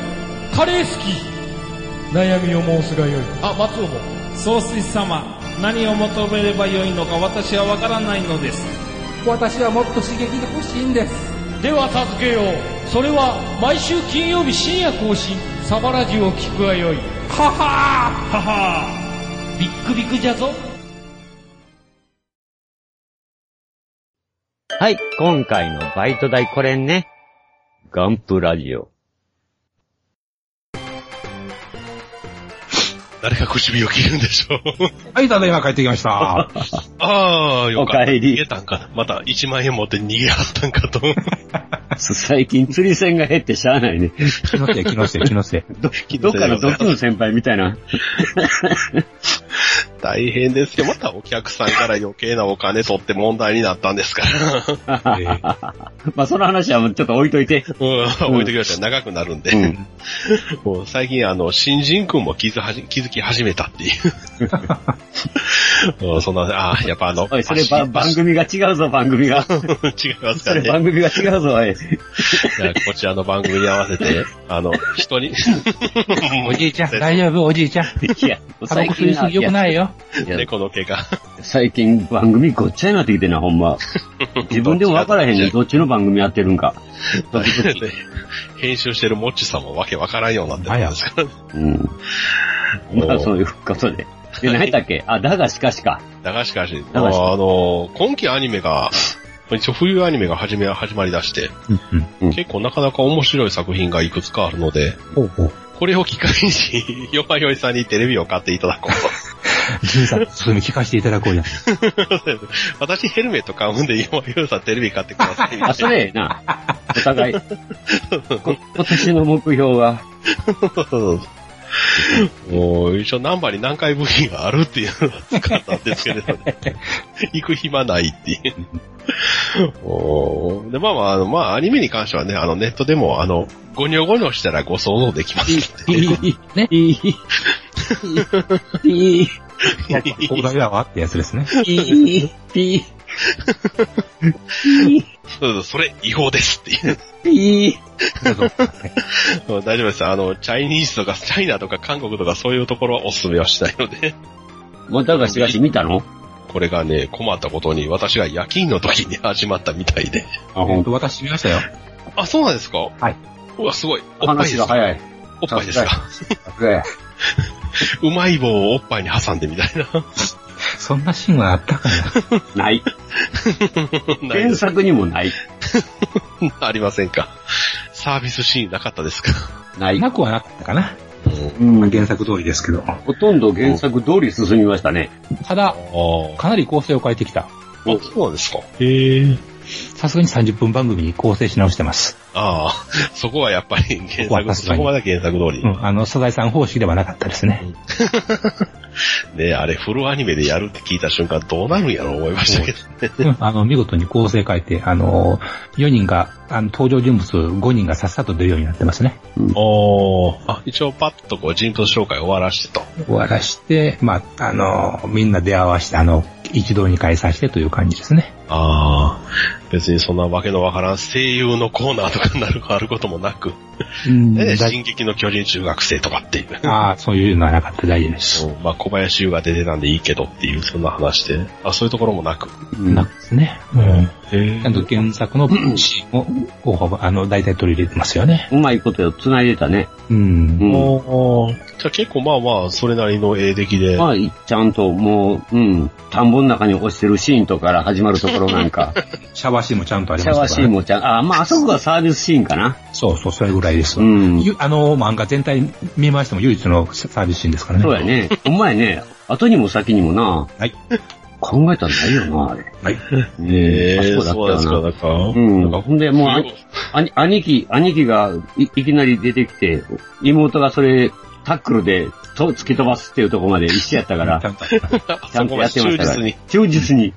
Speaker 10: カレー好き悩みを申すがよいあ松尾も
Speaker 11: 総帥様何を求めればよいのか私はわからないのです
Speaker 10: 私はもっと刺激が欲しいんですでは助けようそれは毎週金曜日深夜更新サバラジュを聞くがよいははーははービックビックじゃぞ
Speaker 5: はい、今回のバイト代これね。ガンプラジオ。
Speaker 4: 誰か唇を切るんでしょう。
Speaker 3: はい、ただいま帰ってきました。
Speaker 4: ああ、よかった。
Speaker 5: お帰り
Speaker 4: 逃げたんか。また1万円持って逃げはったんかと。
Speaker 5: 最近釣り線が減ってしゃあないね。
Speaker 3: 気のせい、気のせい、気のせい。
Speaker 5: どどっかのドッキの先輩みたいな。
Speaker 4: 大変ですよ。またお客さんから余計なお金取って問題になったんですから。
Speaker 5: まあその話はもうちょっと置いといて。
Speaker 4: うん、置いときましょう。長くなるんで。もう最近、あの、新人君も気づはじ気づき始めたって いう。うんそんな、ああ、やっぱあの、
Speaker 5: おい、それ
Speaker 4: 足
Speaker 5: ば番組が違うぞ、番組が。
Speaker 4: 違います
Speaker 5: そ
Speaker 4: か
Speaker 5: れ
Speaker 4: ね。
Speaker 5: 番組が違うぞ、おい。
Speaker 4: じゃあこちらの番組に合わせて、あの、人 に、
Speaker 3: おじいちゃん、大丈夫おじいちゃん。
Speaker 5: いや、
Speaker 3: タバコ吸いすぎ良くないよ。
Speaker 4: 猫の毛が。
Speaker 5: 最近番組ごっちゃになってきてんな、ほん ま。自分でも分からへんねん、どっちの番組やってるん か。
Speaker 4: 編集してるモッチさんもわけわからんようになってるんですから。
Speaker 5: うん。まあそういうことで。で、何やったっけあ、だがしかしか。
Speaker 4: だがしかし、
Speaker 5: だ
Speaker 4: あ
Speaker 5: がしか
Speaker 4: の、今期アニメが、一応冬アニメが始め、始まりだして、結構なかなか面白い作品がいくつかあるので、
Speaker 3: ほうほう。
Speaker 4: これを機会に、 よまよいさんにテレビを買っていただこう
Speaker 3: 13、つぐみ聞かせていただこうや。
Speaker 4: と。 私ヘルメット買うんで、よまよいさんテレビ買ってください。
Speaker 5: あ、それええな。お互い。こ今年の目標は、
Speaker 4: もう、一応ナンバーに何回部品があるっていうのを使ったんですけれど、ね、行く暇ないっていう。おーで、まあまあ、あの、まあ、アニメに関してはね、あの、ネットでも、あの、ごにょごにょしたらご想像できます ので。
Speaker 5: ね。いい、いい、
Speaker 3: ここだけだわってやつですね。
Speaker 5: いい、いい、
Speaker 4: そうそれ、違法ですっていう。
Speaker 5: いい。
Speaker 4: 大丈夫です。あの、チャイニーズとか、チャイナとか、韓国とか、そういうところはお勧めはしないので。
Speaker 5: もうだがしかし見たの
Speaker 4: これがね、困ったことに、私が夜勤の時に始まったみたいで。
Speaker 5: あ、
Speaker 3: え
Speaker 5: ほ
Speaker 3: っ
Speaker 5: んと。
Speaker 3: と、私見ましたよ。
Speaker 4: あ、そうなんですか
Speaker 3: はい。
Speaker 4: うわ、すごい。おっぱい
Speaker 5: 話
Speaker 4: です
Speaker 5: が
Speaker 4: か
Speaker 5: 早い。
Speaker 4: おっぱいですか
Speaker 5: さすがや。
Speaker 4: うまい棒をおっぱいに挟んでみたいな。
Speaker 3: そんなシーンはあったかな。
Speaker 5: な
Speaker 4: ない
Speaker 5: い。
Speaker 4: で
Speaker 5: 原
Speaker 4: す
Speaker 5: 作にもない。
Speaker 4: ありませんか。サービスシーンなかったですか。
Speaker 5: ない。
Speaker 3: なくはなかったかな。
Speaker 5: うん
Speaker 3: まあ原作通りですけど。
Speaker 5: ほとんど原作通り進みましたね。
Speaker 3: ただ、
Speaker 4: あー
Speaker 3: かなり構成を変えてきた。
Speaker 4: あ、そうなんですか。へえ。
Speaker 3: さすがに30分番組に構成し直してます。
Speaker 4: ああ、そこはやっぱり原
Speaker 3: ここは確か
Speaker 4: 作、
Speaker 3: に
Speaker 4: そこまで原作通り。
Speaker 3: うん、あの、サザエさん方式ではなかったですね。
Speaker 4: ねあれフルアニメでやるって聞いた瞬間どうなるんやろう思いましたけど。
Speaker 3: うんあの、見事に構成変えて、あの、4人が、あの、登場人物5人がさっさと出るようになってますね。
Speaker 4: おあ、一応パッとこう人物紹介終わらしてと。
Speaker 3: 終わらして、まあ、あの、みんな出会わして、あの、一堂に会さしてという感じですね。
Speaker 4: ああ、別にそんなわけのわからん声優のコーナーとかになるあることもなく、
Speaker 3: うん
Speaker 4: ね、
Speaker 3: だ
Speaker 4: 進撃の巨人中学生とかっていう。
Speaker 3: ああ、そういうのはなかった大事です。
Speaker 4: うんまあ、小林優が出てたんでいいけどっていう、そんな話で。あ、そういうところもなく。
Speaker 5: うん
Speaker 3: なくですね。うん。
Speaker 4: へ
Speaker 3: ちゃんと原作のシーンを、候補あの、大体取り入れてますよね。
Speaker 5: うまいことを繋いでたね。
Speaker 3: うん。
Speaker 5: うん。
Speaker 4: おじゃあ結構まあまあ、それなりの英歴で。
Speaker 5: まあ、ちゃんともう、うん、田んぼの中に落ちてるシーンとかから始まるところなん か、
Speaker 3: シャワーシーンもちゃんとあり
Speaker 5: シ
Speaker 3: ま
Speaker 5: ャ
Speaker 3: す
Speaker 5: ワーシーン
Speaker 3: も。
Speaker 5: もちゃん、あ、まあ、あそこがサービスシーンかな。
Speaker 3: そうそう、それぐらいです
Speaker 5: う。ん。
Speaker 3: ゆあの、漫画全体見回しても唯一のサービスシーンですからね。
Speaker 5: そうやね。ほんまやね。後にも先にもな。
Speaker 3: はい。
Speaker 5: 考えたらないよな、あれ。
Speaker 3: はい。
Speaker 4: へ
Speaker 5: あ
Speaker 4: え
Speaker 5: そ
Speaker 4: そ
Speaker 5: こ
Speaker 4: うな
Speaker 5: だ
Speaker 4: ん
Speaker 5: っ
Speaker 4: です
Speaker 5: た
Speaker 4: か、
Speaker 5: よな。
Speaker 4: なんか。う
Speaker 5: うん。
Speaker 4: なんか
Speaker 5: ほんで、もうあ
Speaker 4: すごい
Speaker 5: 兄、兄貴、兄貴がいいきなり出てきて、妹がそれ、タックルで、と、突き飛ばすっていうところまで一緒やったから
Speaker 3: ちゃ、んとあります
Speaker 5: ちゃんとやってましたか
Speaker 4: そこまで忠実
Speaker 5: ら
Speaker 4: に。
Speaker 5: 忠実に。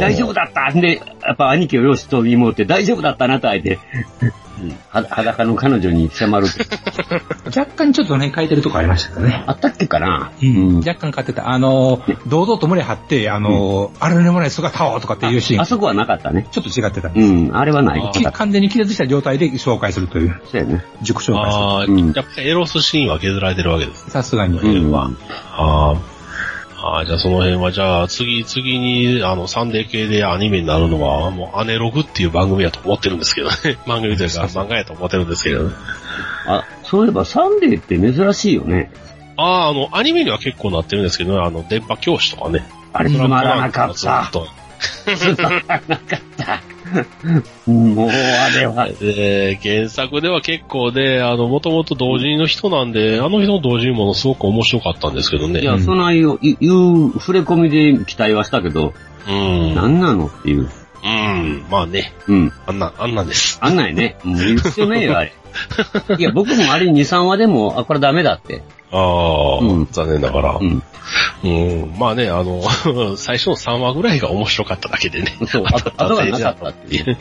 Speaker 5: 大丈夫だったんで、やっぱ兄貴をよしと妹って、大丈夫だったなとあえて、は裸の彼女に迫る。
Speaker 3: 若干ちょっとね、変えてるとこありましたけどね。
Speaker 5: あったっけかな
Speaker 3: うん、
Speaker 5: あ
Speaker 3: 若干変えてた。あの、堂々と胸張って、あの、あれでもない姿をとかっていうシーン、
Speaker 5: あ
Speaker 3: ちょ
Speaker 5: そこはなかったね。
Speaker 3: っと違ってたんで
Speaker 5: う
Speaker 3: す。
Speaker 5: ん、あれはない。なかった
Speaker 3: 完全に気絶した状態で紹介するという、
Speaker 5: そうやね。
Speaker 3: 熟紹介す
Speaker 4: ああ、
Speaker 5: う
Speaker 4: や
Speaker 5: ん
Speaker 4: っぱりエロスシーンは削られてるわけです。
Speaker 3: る。さすがに。
Speaker 5: うん。
Speaker 4: あーあー、じゃあその辺は、じゃあ次、次に、あの、サンデー系でアニメになるのは、もう、アネログっていう番組やと思ってるんですけどね。 番組という か、漫画やと思ってるんですけどね。
Speaker 5: あ、そういえばサンデーって珍しいよね。
Speaker 4: ああ、あの、アニメには結構なってるんですけどね、あの、電波教師とかね。
Speaker 5: あれ、
Speaker 4: そ
Speaker 5: つ
Speaker 4: れは
Speaker 5: まらなかっ。
Speaker 4: ずったと。
Speaker 5: つまらなかった。もう、あれは。
Speaker 4: えー原作では結構で、あの、もともと同人の人なんで、あの人の同人ものすごく面白かったんですけどね。
Speaker 5: いや、そないよ、いいう、触れ込みで期待はしたけど、
Speaker 4: うん。
Speaker 5: 何なのっていう。
Speaker 4: うん、まあね。
Speaker 5: うん。
Speaker 4: あんな、あんなんです。
Speaker 5: あんないね。もう一緒ねえよ、あれ。いや、僕もあれ2、3話でも、あ、これダメだって。
Speaker 4: ああ、残念ながら。
Speaker 5: うん。
Speaker 4: まあね、あの、 最初の3話ぐらいが面白かっただけでね。
Speaker 5: そう、あ後がなかったっていう。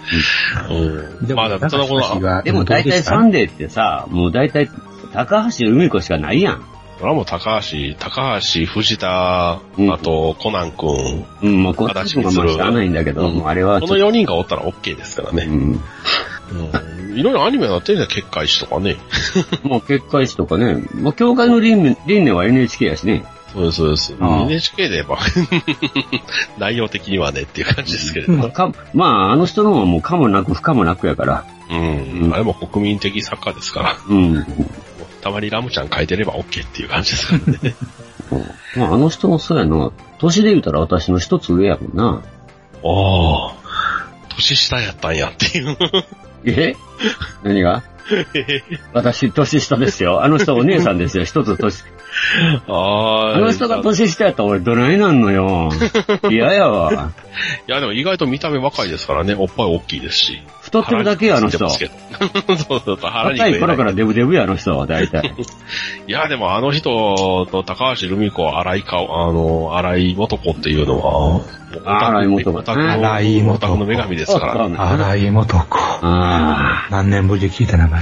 Speaker 4: うん。まあ、そのことは
Speaker 5: でも大体サンデーってさ、もう大体、高橋海子しかないやん。
Speaker 4: ドラも高橋、高橋、藤田、あと、コナン君。
Speaker 5: うん、もうこっちもあんまり知らないんだけど、もうあれはちょ
Speaker 4: こ
Speaker 5: っと
Speaker 4: の4人がおったら OK ですからね。
Speaker 5: うん。
Speaker 4: いろいろアニメになってるじゃん、結界誌とかね。
Speaker 5: まあ、結界誌とかね。まあ、教会の輪廻輪廻は NHK やしね。
Speaker 4: そうです、そうです。
Speaker 5: ああ
Speaker 4: NHK で言えば、 内容的にはねっていう感じですけれど。
Speaker 5: まあかまあ、あの人のはもうかもなく不可もなくやから。
Speaker 4: うん。あれも国民的作家ですから。
Speaker 5: うん。
Speaker 4: たまにラムちゃん書いてれば OK っていう感じですから ね。
Speaker 5: まあ、あの人もそうやな。年で言うたら私の一つ上やもんな。
Speaker 4: ああ、年下やったんやっていう。
Speaker 5: え何が私、年下ですよ。あの人お姉さんですよ。一つ 年。
Speaker 4: あ
Speaker 5: あの人が年下やったら俺どないなんのよ。嫌やわ。
Speaker 4: いや、でも意外と見た目若いですからね、おっぱい大きいですし。
Speaker 5: 太ってるだけや、あの人。
Speaker 4: 腹について ますけどそうそうそう、腹に
Speaker 5: 若
Speaker 4: 食えない
Speaker 5: い頃からデブデブや、あの人 は、大体。
Speaker 4: いや、でもあの人と高橋留美子、荒井顔、あの、荒井男っていうのは、
Speaker 5: 荒井元子
Speaker 4: オタクの
Speaker 3: 荒井元子
Speaker 4: オタクの女神ですから。
Speaker 3: 荒井元子。何年ぶりで聞いた名前。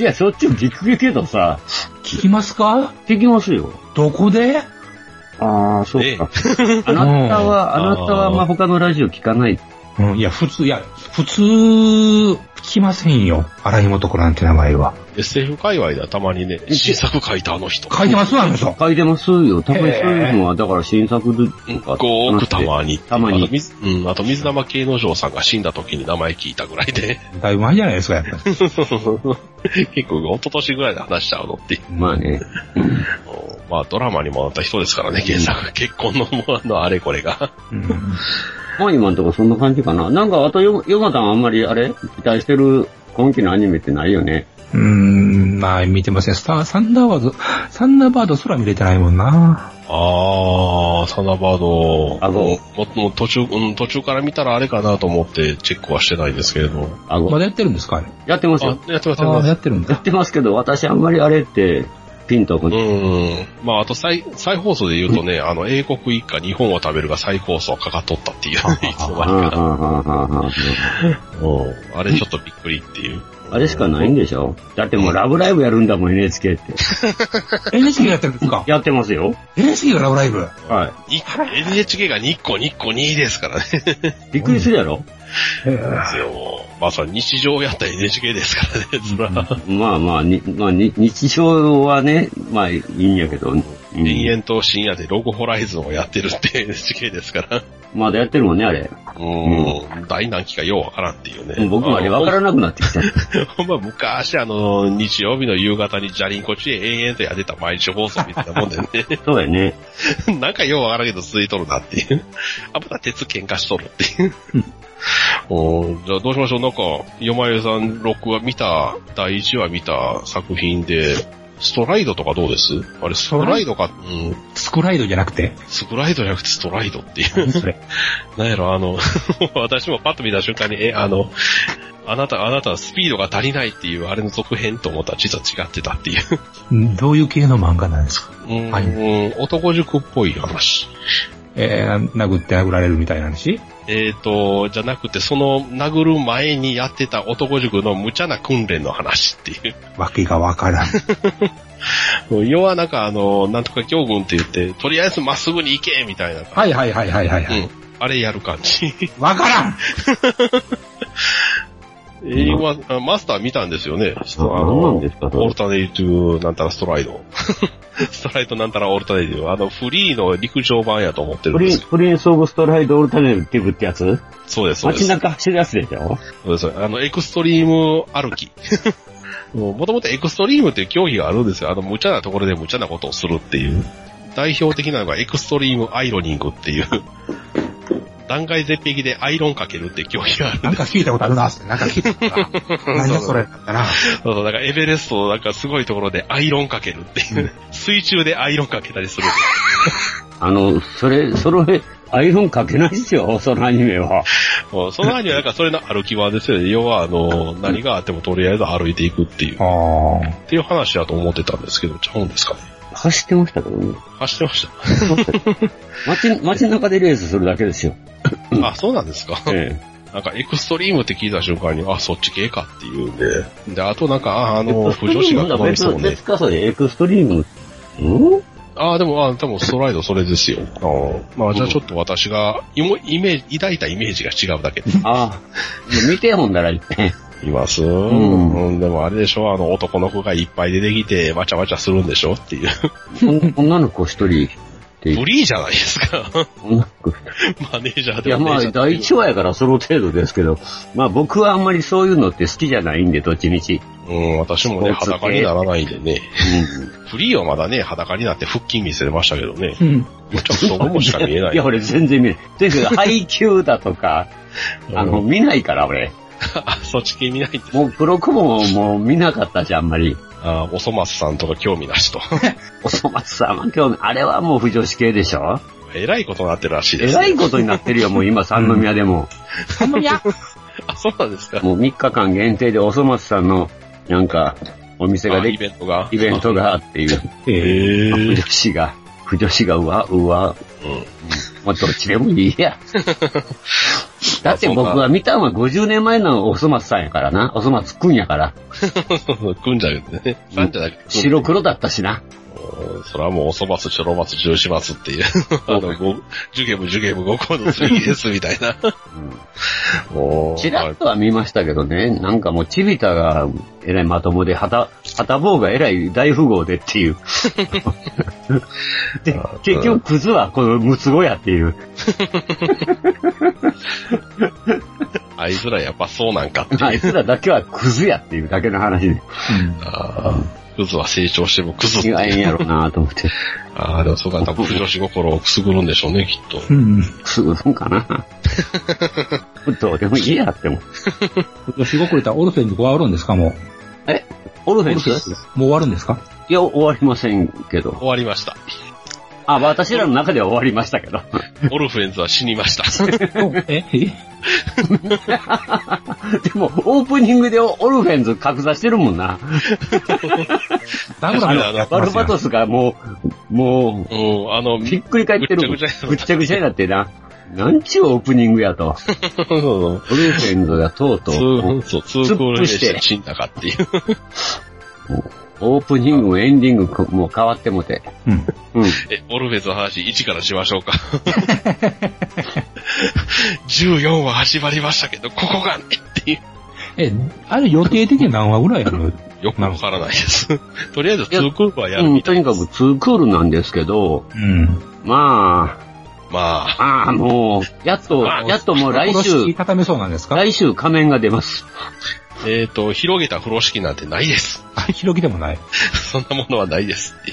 Speaker 5: いや、そっちもびっくりけどさ。
Speaker 3: 聞きますか
Speaker 5: 聞きますよ。
Speaker 3: どこで
Speaker 5: ああ、そうか。あなたは、あなたは、まあ、他のラジオ聞かない。
Speaker 3: うん、いや、普通、いや、普通、聞きませんよ。荒井元子なんて名前は。
Speaker 4: SF 界隈ではたまにね、新作書いたあの人。
Speaker 3: 書いてますあの人。
Speaker 5: 書いてますよ。たまにそういうのは、だから新作とか。
Speaker 4: 5億たまに。
Speaker 5: たま
Speaker 4: あと
Speaker 5: に。
Speaker 4: 水うん、あと水玉系の城さんが死んだ時に名前聞いたぐらいで。
Speaker 3: だいぶ前じゃないですか、やっぱり。
Speaker 4: 結構、一昨年ぐらいで話しちゃうのって。
Speaker 5: まあね。
Speaker 4: まあ、ドラマにもなった人ですからね、原作。結婚の、もうの、あれこれが。
Speaker 5: まあ今のとこそんな感じかな。なんか、あとよ、ヨガタンあんまり、あれ期待してる今期のアニメってないよね。
Speaker 3: うーん、まあ見てません。スター、サンダーバード、サンダーバード空見れてないもんな。
Speaker 4: あー、サナバード。
Speaker 5: あ
Speaker 4: もうもう途中、うん、途中から見たらあれかなと思ってチェックはしてないんですけれど。
Speaker 5: あ
Speaker 3: まだやってるんですかあれ。
Speaker 5: やってますよ。
Speaker 4: やってます
Speaker 3: あーや
Speaker 4: やっ
Speaker 3: ってるんだ。
Speaker 5: やってますけど、私あんまりあれって、ピンとこ
Speaker 4: てます。
Speaker 5: ない。
Speaker 4: うん。まあ、あと再、再放送で言うとね、あの、英国一家日本を食べるが再放送かかっとったっていう、いつの
Speaker 5: あ
Speaker 4: 間
Speaker 5: あ
Speaker 4: にか。
Speaker 5: ああああ
Speaker 4: あれちょっとびっくりっていう。
Speaker 5: あれしかないんでしょだってもうラブライブやるんだもん、NHK って。
Speaker 3: NHK やってるんですか
Speaker 5: やってますよ。
Speaker 3: NHK がラブライブ。
Speaker 5: は
Speaker 4: に NHK が日光日光2ですからね。
Speaker 5: い。びっくりするやろ
Speaker 4: ですよ、もうまさに日常やった NHK ですからね、そら。
Speaker 5: まあまあ、に、まあに、日常はね、まあいいんやけど、うん
Speaker 4: 延々と深夜でロゴホライズンをやってるって NHK ですから。
Speaker 5: まだやってるもんね、あれ。
Speaker 4: うん。大難期かようわからんっていうね。
Speaker 5: 僕もあれわからなくなってき た。
Speaker 4: あのほんま昔あの、日曜日の夕方にジャリンコチへ延々とやってた毎日放送みたいなもんでね。
Speaker 5: そうやね。
Speaker 4: なんかようわからんけど続いとるなっていう。 あ、また鉄喧嘩しとるっていう。 おーじゃあどうしましょうなんか、よまゆさん6話見た、第1話見た作品で、ストライドとかどうですあれ、ストライドか、うん、
Speaker 3: スクライドじゃなくて。
Speaker 4: スクライドじゃなくてストライドっていう。
Speaker 3: 何それ。
Speaker 4: なんやろ、あの、 私もパッと見た瞬間に、え、あの、あなた、あなた、スピードが足りないっていう、あれの続編と思ったら実は違ってたっていう。
Speaker 3: どういう系の漫画なんですか
Speaker 4: うん、うん男塾っぽい話。
Speaker 3: えー、殴って殴られるみたいな話
Speaker 4: えっ、と、じゃなくて、その、殴る前にやってた男塾の無茶な訓練の話っていう。
Speaker 3: わけがわからん。
Speaker 4: 要はなんかあの、なんとか教軍って言って、とりあえずまっすぐに行けみたいな。
Speaker 3: はいはいはいはいはいはい。
Speaker 4: うん。あれやる感じ。
Speaker 3: わからん
Speaker 4: えーまあマスター見たんですよね。あ
Speaker 5: 何なんですかそれ
Speaker 4: オルタネイティブなんたらストライド。 ストライドなんたらオルタネイティブ。あの、フリーの陸上版やと思ってる
Speaker 5: プ
Speaker 4: んで
Speaker 5: リン、
Speaker 4: すよ。
Speaker 5: プリンスオブストライドオルタネティブってやつ
Speaker 4: そうです、そうです。そ
Speaker 5: 街
Speaker 4: う
Speaker 5: 中走るやつでしょ
Speaker 4: です。あの、エクストリーム歩き。もともとエクストリームっていう競技があるんですよ。あの、無茶なところで無茶なことをするっていう。代表的なのがエクストリームアイロニングっていう。断崖絶壁でアイロンかけるって競技があるん
Speaker 3: なんか聞いたことあるな、つって。なんか聞いたことあるな。 何だそれだったな。
Speaker 4: そうそう、だからエベレストのなんかすごいところでアイロンかけるっていう、水中でアイロンかけたりする。
Speaker 5: あの、それ、それ、アイロンかけないですよ、 そのアニメは。
Speaker 4: もうその前にはなんかそれの歩き場ですよね。要はあの、何があってもとりあえず歩いていくっていう。っていう話だと思ってたんですけど、ちゃうんですかね。
Speaker 5: 走ってましたけどね。
Speaker 4: 走ってました。
Speaker 5: 街、街中でレースするだけですよ。
Speaker 4: あ、そうなんですか。 なんかエクストリームって聞いた瞬間に、あ、そっち系かっていうね。で、あとなんか、あ、あの、不女子が好みそう
Speaker 5: 別
Speaker 4: ね
Speaker 5: 別。か、それ、エクストリーム。ん
Speaker 4: あ、でも、あ、多分ストライドそれですよ。まあ、じゃあちょっと私が、イモイメージ、抱いたイメージが違うだけで。
Speaker 5: あ見てほんだらいっぺん。
Speaker 4: います、
Speaker 5: ん
Speaker 4: うんでもあれでしょあの、男の子がいっぱい出てきて、わちゃわちゃするんでしょっていう。
Speaker 5: 女の子一人っていう
Speaker 4: フリーじゃないですか。
Speaker 5: 女の子
Speaker 4: マネージャー
Speaker 5: い
Speaker 4: で
Speaker 5: や、ま
Speaker 4: マネー
Speaker 5: あ、
Speaker 4: ジャー
Speaker 5: 第一話やからその程度ですけど、まあ僕はあんまりそういうのって好きじゃないんで、どっちみち。
Speaker 4: うん、私もね、裸にならないんでね。フリーはまだね、裸になって腹筋見せれましたけどね。もちろんそこもしか見えない。
Speaker 5: いや、俺全然見ない。とにか く配給だとか、あの、見ないから俺。
Speaker 4: そっち系見ないんです。
Speaker 5: もう黒雲ももう見なかったし、あんまり。
Speaker 4: ああ、おそ松さんとか興味なしと。
Speaker 5: おそ松さんは興味、あれはもう不女子系でしょ
Speaker 4: えらいことになってるらしい
Speaker 5: え
Speaker 4: です、
Speaker 5: らいことになってるよ、もう 今、三宮でも。
Speaker 4: と。いや。あ、そうなんですか。
Speaker 5: もう3日間限定でおそ松さんの、なんか、お店が
Speaker 4: あ
Speaker 5: で
Speaker 4: イ
Speaker 5: き、
Speaker 4: ベントが。
Speaker 5: イベントがあっていう。
Speaker 4: へ
Speaker 5: 不女子が、不女子がうわ、うわ、もうどっちでもいいや。だって僕は見たのは50年前のおそ松さんやからな。おそ松くんやから。
Speaker 4: 組んじゃうけどね。なんじゃなくて。
Speaker 5: 白黒だったしな。
Speaker 4: うんそれはもうおそばす、ちょろます、中します っていう。あの、ご、ジュゲム、ジュゲム、ごこの次です、みたい な。お
Speaker 5: ちらっとは見ましたけどね、なんかもうチビタがえらいまともで、はた、はたぼうがえらい大富豪でっていう。で、結局クズはこのムツゴやっていう。
Speaker 4: あいつらやっぱそうなんか。
Speaker 5: あいつらだけはクズやっていうだけの話で。
Speaker 4: あークズは成長してもクズって
Speaker 5: 違えんやろなと思って。
Speaker 4: ああ、でもそうか、多分、不女子心をくすぐるんでしょうね、きっと。
Speaker 5: くすぐるんかなどうでもいいやっても。
Speaker 3: 女子ごくれたらオルフェンズ5は終わるんですか、もう。
Speaker 5: えオルフェンス
Speaker 3: もう終わるんですか
Speaker 5: いや、終わりませんけど。
Speaker 4: 終わりました。
Speaker 5: あ、私らの中では終わりましたけど。
Speaker 4: オルフェンズは死にました。
Speaker 3: え
Speaker 5: でも、オープニングでオルフェンズ格差してるもんな。
Speaker 3: ダ
Speaker 4: ブル
Speaker 5: あのバルバトスがもう、も
Speaker 4: うん、あの、
Speaker 5: う、ひっくり返ってるも
Speaker 4: ぐ
Speaker 5: ん。ぐ
Speaker 4: っ
Speaker 5: っ
Speaker 4: ちゃぐちゃ
Speaker 5: ちゃぐちゃになってな。なんちゅうオープニングやと。
Speaker 4: そうそう
Speaker 5: オルフェンズがとう と、
Speaker 4: そうう。そう、ツークール
Speaker 5: 突
Speaker 4: で
Speaker 5: っ伏して
Speaker 4: 死んだかっていう。
Speaker 5: オープニングもエンディングももう変わってもて。
Speaker 3: うん。
Speaker 5: うん。
Speaker 4: え、オルフェンズの話1からしましょうか。14話始まりましたけど、ここ がねっていう。
Speaker 3: え、あれ予定的に何話ぐらいある
Speaker 4: よくわからないです。とりあえずツークールはやる
Speaker 5: うん、
Speaker 4: みた
Speaker 5: と
Speaker 4: い
Speaker 5: に
Speaker 4: で
Speaker 5: か
Speaker 4: す。
Speaker 5: くツークールなんですけど、
Speaker 3: うん。
Speaker 5: ま
Speaker 4: ま
Speaker 5: あ、ああ、もう、やっと、
Speaker 4: あ
Speaker 5: やっともう来
Speaker 3: 殺し
Speaker 5: 週、
Speaker 3: 畳めそうなんですか
Speaker 5: 来週仮面が出ます。
Speaker 4: あ、えっ、と、広げた風呂敷なんてないです。
Speaker 3: あ、広げでもない。
Speaker 4: そんなものはないですって。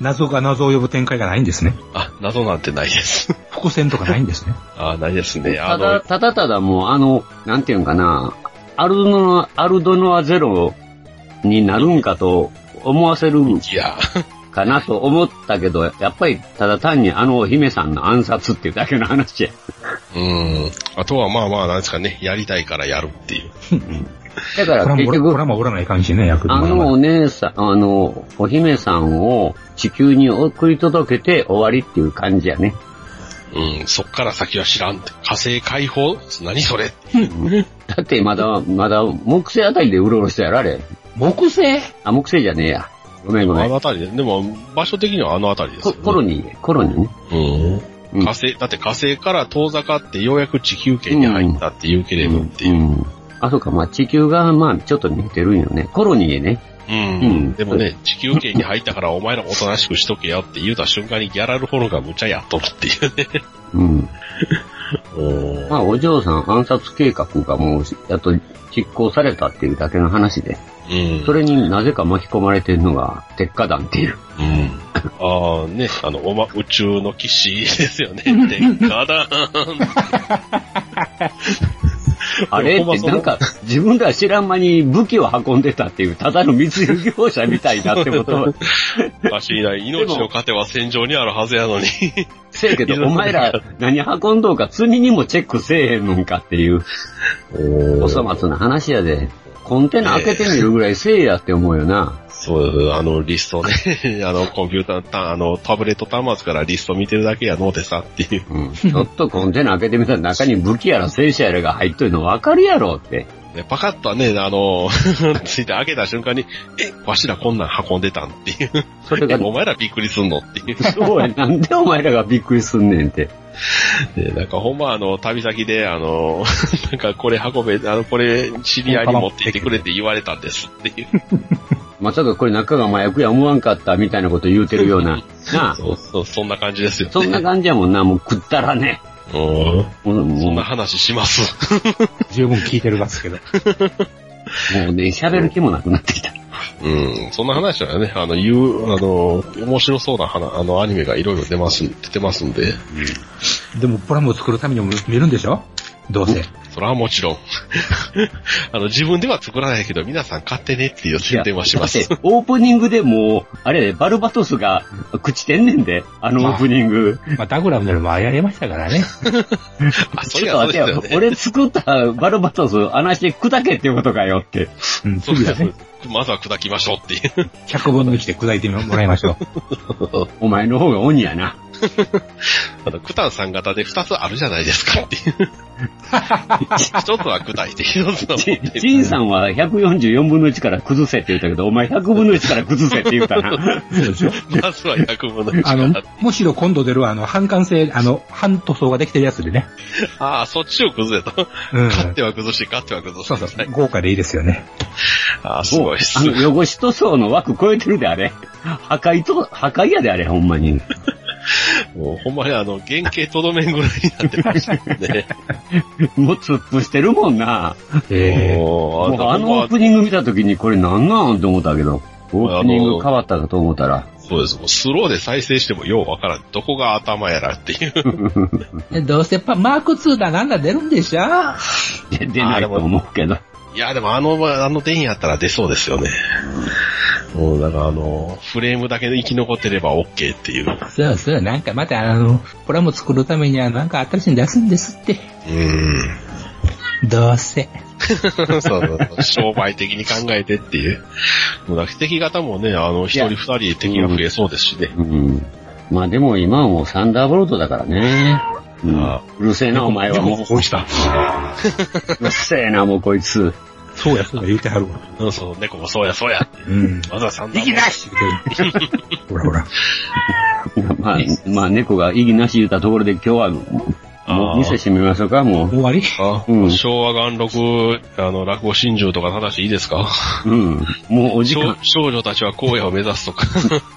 Speaker 3: 謎が謎を呼ぶ展開がないんですね。
Speaker 4: あ、謎なんてないです。
Speaker 3: 伏線とかないん ですね。
Speaker 4: あ、ないですね。あ
Speaker 5: ただ、
Speaker 4: の、
Speaker 5: ただただもう、あの、なんていうんかな、アルドノ、アルドノアゼロになるんかと思わせる
Speaker 4: いや、
Speaker 5: かなと思ったけど、やっぱりただ単にあのお姫さんの暗殺っていうだけの話や。
Speaker 4: うん。あとはまあまあ、なんですかね、やりたいからやるっていう。
Speaker 5: だか
Speaker 3: これは
Speaker 5: ら
Speaker 3: もう
Speaker 5: 結
Speaker 3: これ
Speaker 5: 局、
Speaker 3: はもうおらない感じね、役
Speaker 5: あのお姉さん、あの、お姫さんを地球に送り届けて終わりっていう感じやね。
Speaker 4: うん、そっから先は知らんって。火星解放何それ
Speaker 5: だってまだ、まだ木星あたりでうろうろしたやろ、あれ。
Speaker 3: 木星
Speaker 5: あ、木星じゃねえや。ごめんごめ
Speaker 4: あ
Speaker 5: ん。
Speaker 4: の辺りで、でも、場所的にはあの辺りです
Speaker 5: コ
Speaker 4: よ、
Speaker 5: コロニー、コロニーね。
Speaker 4: うん。
Speaker 5: うん
Speaker 4: 火星、だって火星から遠ざかってようやく地球圏に入ったっていうけれどっていう。
Speaker 5: うん。あ、そうか、まあ地球が、まあちょっと似てるんよね。コロニーへね。
Speaker 4: うん。
Speaker 5: うん
Speaker 4: でもね、地球圏に入ったからお前らお となしくしとけよって言うた瞬間にギャラルホルが無茶やっとるっていうね。
Speaker 5: うん。まあ、お嬢さん暗殺計画がもう、やっと実行されたっていうだけの話で、それになぜか巻き込まれてるのが、鉄火団って いう。
Speaker 4: ああ、ね、あの、おま、宇宙の騎士ですよね。天下だ。
Speaker 5: あれってなんか、自分ら知らん間に武器を運んでたっていう、ただの密輸業者みたいだってこと。
Speaker 4: おかしいな。命の糧は戦場にあるはずやのに。
Speaker 5: せやけど、お前ら何運んどうか罪にもチェックせえへんのんかっていう、お粗末な話やで、コンテナ開けてみるぐらいせえやって思うよな。
Speaker 4: そう、あの、リストね。あの、コンピューターた、あの、タブレット端末からリスト見てるだけやのでさっていう。
Speaker 5: ちょっとコンテナ開けてみたら中に武器やら戦車やらが入っとるの分かるやろって。
Speaker 4: ね、パカッとね、あの、 ついて開けた瞬間に、え、わしらこんなん運んでたんっていう。
Speaker 5: それ が
Speaker 4: お前らびっくりすんのっていう。
Speaker 5: そうや、なんでお前らがびっくりすんねんって。
Speaker 4: ねなんかほんまあの、旅先で、あの、 なんかこれ運べ、あの、これ知り合いに持って行ってくれって言われたんですっていう。
Speaker 5: まさかこれ中が麻薬や思わんかったみたいなこと言うてるような。なあ。
Speaker 4: そうそう、そんな感じですよ、ね。
Speaker 5: そんな感じやもんな、もう食ったらね。
Speaker 4: うん。そんな話します。
Speaker 5: 十分聞いてるがすけど。もうね、喋る気もなくなってきた。
Speaker 4: うん、そんな話はね、あの、言う、あの、面白そうな話、あの、アニメがいろいろ出ます、出てますんで。
Speaker 3: でも、プラムを作るためにも見るんでしょど うせ。
Speaker 4: それはもち ろん。あの、自分では作らないけど、皆さん買ってねっていう宣伝はしま
Speaker 5: だっ
Speaker 4: す
Speaker 5: て。、オープニングでもう、あれやで、バルバトスが朽ちてんねんで、あのオープニング。
Speaker 3: まあ、ダグラムでもあやれましたからね。
Speaker 5: ちょっと待てよ、俺作ったバルバトス、あなして砕けってことかよって。
Speaker 3: うん、
Speaker 4: そう
Speaker 3: 次
Speaker 4: で
Speaker 3: は
Speaker 4: す
Speaker 3: ね、。
Speaker 4: まずは砕きましょうっていう。
Speaker 3: 100分の1で砕いてもらいましょう。
Speaker 5: お前の方が鬼やな。
Speaker 4: あの、クタンさん型で2つあるじゃないですか っていう。1つは 砕いて、1つは持ってる
Speaker 5: ジンさんは144分の1から崩せって言ったけど、お前100分の1から崩せって言ったな。
Speaker 4: まずは100分の1 か
Speaker 3: あ
Speaker 4: ら
Speaker 3: の、むしろ今度出るあの、半完成、あの、半塗装ができてるやつでね。
Speaker 4: ああ、そっちを崩れた。
Speaker 3: うん
Speaker 4: 勝っては崩して、勝っては崩して。
Speaker 3: そうそう、豪華でいいですよね。
Speaker 4: ああ、 すごいっす
Speaker 5: あ。の、汚し塗装の枠超えてるで、あれ。破壊と、破壊やで、あれ、ほんまに。
Speaker 4: もうほんまにあの、原型とどめんぐらいになってましたね。
Speaker 5: もう突っ伏してるもんな。
Speaker 3: え
Speaker 4: もう
Speaker 5: もうあ
Speaker 4: あ
Speaker 5: のオ
Speaker 4: の
Speaker 5: ー、プニング見た時にこれなんなんって思ったけど、オープニング変わったかと思ったら、
Speaker 4: そうです。もうスローで再生してもようわからん。どこが頭やらっていう。
Speaker 3: えどうせパマーク2だなんだ出るんでしょ
Speaker 5: で出ないと思うけど。
Speaker 4: いや、でもあの、あの電やったら出そうですよね。もうだからあの、フレームだけで生き残ってれば OK っていう。う
Speaker 3: そうそう、なんかまたあの、プラモ作るためにはなんか新しいの出すんですって。
Speaker 4: ー
Speaker 3: どうせ。
Speaker 4: ん。 そうそうそう商売的に考えてっていう。もうだから敵型もね、あの、一人二人敵が増えそうですしね。
Speaker 5: うん。まあでも今はもうサンダーボルトだからね。うん
Speaker 4: あ、
Speaker 5: うるせえな、お前はもう。
Speaker 3: こうした。
Speaker 5: うるせえな、もうこい つ。
Speaker 3: そうや、そうや、言うてはるわ。
Speaker 4: うん、そう、猫もそうや、そうやって。
Speaker 3: うん。
Speaker 4: まずは3段。
Speaker 5: なし
Speaker 3: ほらほら。
Speaker 5: まあ、まあ猫が意義なし言ったところで今日は、も
Speaker 4: あー
Speaker 5: う店閉めましょうか、もう。
Speaker 3: 終わり
Speaker 4: あ、
Speaker 5: うん
Speaker 4: 昭和元禄、あの、落語真珠とか正しいいですか
Speaker 5: うん。もうお時
Speaker 4: 少
Speaker 5: 間。
Speaker 4: 少女たちは荒野を目指すとか。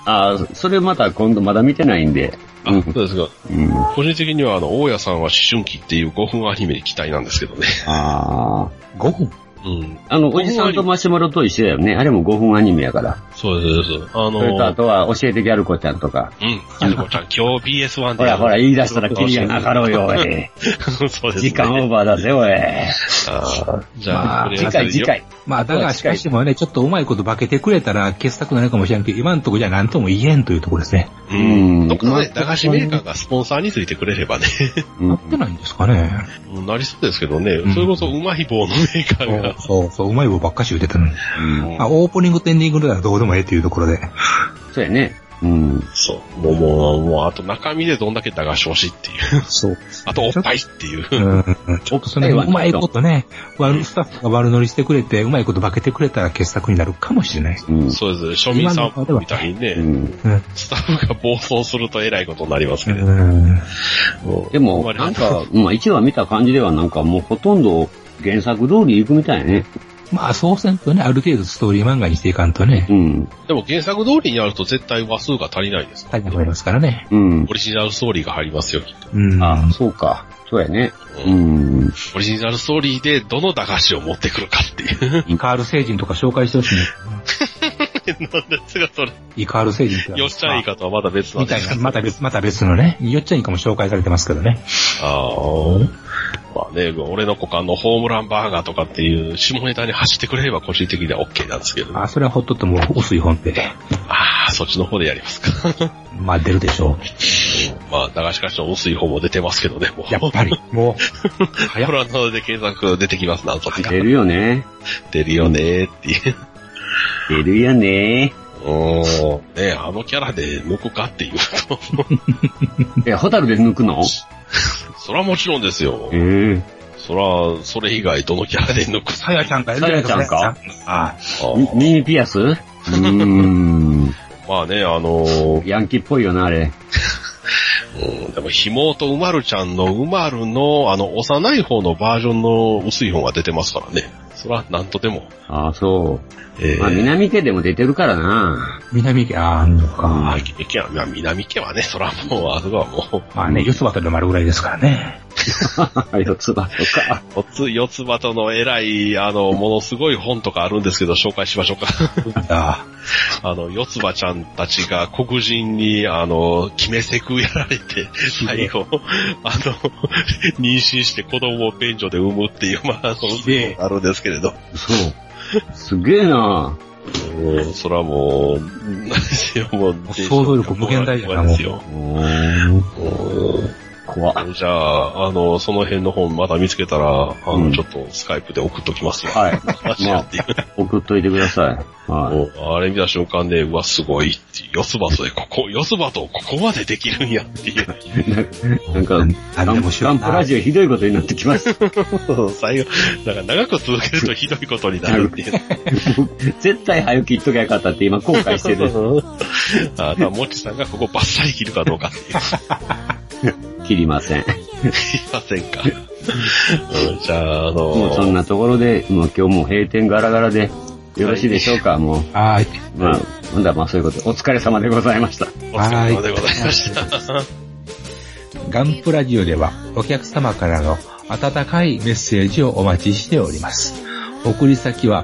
Speaker 5: ああ、それまた今度まだ見てないんで。
Speaker 4: あ、 そうですか。
Speaker 5: うん。あ
Speaker 4: 個人的には、あの、大家さんは思春期っていう5分アニメに期待なんですけどね。
Speaker 5: あ。
Speaker 3: 5分
Speaker 4: うん。
Speaker 5: あの、おじさんとマシュマロと一緒だよね。あれも5分アニメやから。
Speaker 4: そうです、そうです。あ
Speaker 5: それとあ
Speaker 4: の、
Speaker 5: とは、教えてギャル子ちゃんとか。
Speaker 4: うん、ゆずこち ゃん、今日 BS1 で。
Speaker 5: ほらほら、言い出したらキリがなかろうよ、おい。
Speaker 4: そうです、ね。
Speaker 5: 時間オーバーだぜ、おい。
Speaker 4: あーじゃ
Speaker 5: ま
Speaker 4: あ、
Speaker 5: あ、次回、次。回。
Speaker 3: まあ、だが、し
Speaker 5: 近い
Speaker 3: かしもね、ちょっとうまいこと化けてくれたら消したくなるかもしれんけど、今のとこじゃ何とも言えんというところですね。
Speaker 4: う
Speaker 5: うん
Speaker 4: ん。どっかね、
Speaker 5: まあ
Speaker 4: 駄菓子メーカーがスポンサーについてくれればね、
Speaker 5: うん
Speaker 3: なってないんですかね。
Speaker 4: うんなりそうですけどね、それこそうまい棒のメーカーが。
Speaker 3: そうそう、うまい棒ばっかし言うてたのに。
Speaker 5: うん
Speaker 3: まあ、オープニングとエンディングならどうでもええというところで。
Speaker 5: そうやね。うん。
Speaker 4: そう。もう、もう、もう、あと中身でどんだけ駄菓子欲しいって いう。
Speaker 3: そう。
Speaker 4: あと、おっぱいっていう。
Speaker 3: うん。ちょっとその辺うまいことね、悪、スタッフが悪乗りしてくれて、うまいこと化けてくれたら傑作になるかもしれない。
Speaker 5: うん。
Speaker 4: そうです。庶民散歩みたいに
Speaker 5: う
Speaker 4: ね、
Speaker 5: ん
Speaker 3: うん。
Speaker 4: スタッフが暴走するとえらいことになりますけど。
Speaker 3: うん。
Speaker 5: でも、なんか、まあ、1話見た感じでは、なんかもうほとんど原作通り行くみたいね。
Speaker 3: まあ、そうせんとね、ある程度ストーリー漫画にしていかんとね。
Speaker 5: うん。
Speaker 4: でも原作通りにやると絶対話数が足りないです。
Speaker 3: 足りなくなりますからね。
Speaker 5: うん。
Speaker 4: オリジナルストーリーが入りますよ。
Speaker 3: うん。
Speaker 5: あ、そうか。そうやね。うん。
Speaker 4: オリジナルストーリーでどの駄菓子を持ってくるかっていう。
Speaker 3: イカール星人とか紹介してほしいね。
Speaker 4: なんですが、それ。
Speaker 3: イカール星人って。
Speaker 4: よっちゃんイカとはまだ別なん
Speaker 3: み
Speaker 4: で
Speaker 3: た
Speaker 4: す
Speaker 3: いな、また別、また別のね。よっちゃんイカも紹介されてますけどね。
Speaker 4: ああ。まあね、俺の股間のホームランバーガーとかっていう下ネタに走ってくれれば個人的には OK なんですけど、ね、
Speaker 3: あ、それはほっとっても薄い本って。
Speaker 4: ああ、そっちの方でやりますか。
Speaker 3: まあ出るでしょ
Speaker 4: まあ、流しかしの薄い方も出てますけどね、もう。
Speaker 3: う。やっぱり。も
Speaker 4: 早っ。なので検索出てきます、なんと か。
Speaker 5: 出るよね。
Speaker 4: 出るよねーっていう。
Speaker 5: 出るよね。
Speaker 4: おー、ねあのキャラで抜くかっていうと。
Speaker 5: え、ホタルで抜くの
Speaker 4: そらもちろんですよ
Speaker 5: え。え。
Speaker 4: そら、それ以外どのキャラで抜く
Speaker 3: う、さやちゃんかやるじゃないです
Speaker 5: さやちゃんか
Speaker 3: あ
Speaker 4: あ
Speaker 5: み耳ピアスうーん。
Speaker 4: まあね、あのー
Speaker 5: ヤンキーっぽいよな、あれ。
Speaker 4: うん、でも、ひもとうまるちゃんのうまるの、あの、幼い方のバージョンの薄い方が出てますからね。そら、なんとでも。
Speaker 5: ああ、そ
Speaker 4: え
Speaker 5: う。まあ、
Speaker 4: ー、
Speaker 5: 南家でも出てるからな。
Speaker 3: 南家、ああ、あんのか。
Speaker 4: 南家は、まあ南家はね、そらもう、あそこはも
Speaker 3: まあね、四つ葉とでもあるぐらいですからね。
Speaker 5: 四つ葉とか。
Speaker 4: う、四つ、四つ葉との偉い、あの、ものすごい本とかあるんですけど、紹介しましょうか。
Speaker 3: あ
Speaker 4: あの、四つ葉ちゃんたちが黒人に、あの、決めセクやられて、最後、あの、妊娠して子供を便所で産むっていう、まあ、あの、
Speaker 3: げえ
Speaker 4: あるんですけれど。
Speaker 5: そう。すげえな。
Speaker 4: うんそれはもう、何しよう、もう、
Speaker 3: 想像力無限 大だな
Speaker 4: ですよ。うん
Speaker 5: 怖
Speaker 4: じゃあ、あの、その辺の本まだ見つけたら、あ
Speaker 5: う
Speaker 4: の、
Speaker 5: ん
Speaker 4: ちょっとスカイプで送っときますよ。
Speaker 5: はい
Speaker 4: マ ジやっていう。
Speaker 5: 送っといてください。は
Speaker 4: もうあれ見た瞬間で、うわ、すごいっていう、四つ葉とで、ここ、四つ葉とここまでできるんやっていう。
Speaker 5: い。なんか、
Speaker 3: あ。
Speaker 5: ガ
Speaker 3: で
Speaker 5: ン
Speaker 3: も
Speaker 5: ガンプラジオひどいことになってきま した。
Speaker 4: 最後、なんか長く続けるとひどいことになるっていう。
Speaker 5: 絶対早く切っときゃよかったって今後悔してる。
Speaker 4: あとは、もちさんがここバッサリ切るかどうかっていう。
Speaker 5: 切りません。
Speaker 4: いませんか。うんじゃあ、あの、
Speaker 5: もうそんなところで、もう今日もう閉店ガラガラで、よろしいでしょうか、もう。
Speaker 3: はい。
Speaker 5: まあ、ほんだらまあそういうことでお疲れ様でございました。
Speaker 4: お疲れ様でございました。
Speaker 3: ガンプラジオではお客様からの温かいメッセージをお待ちしております。送り先は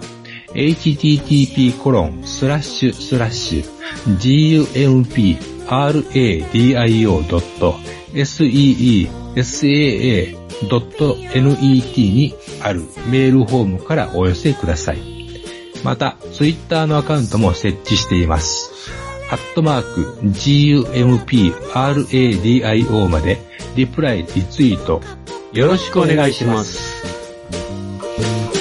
Speaker 3: http://gumpradio.seesaa.net にあるメールフォームからお寄せください。また、ツイッターのアカウントも設置しています。アットマーク、GUMPRADIO まで、リプライ、リツイート、よろしくお願いします。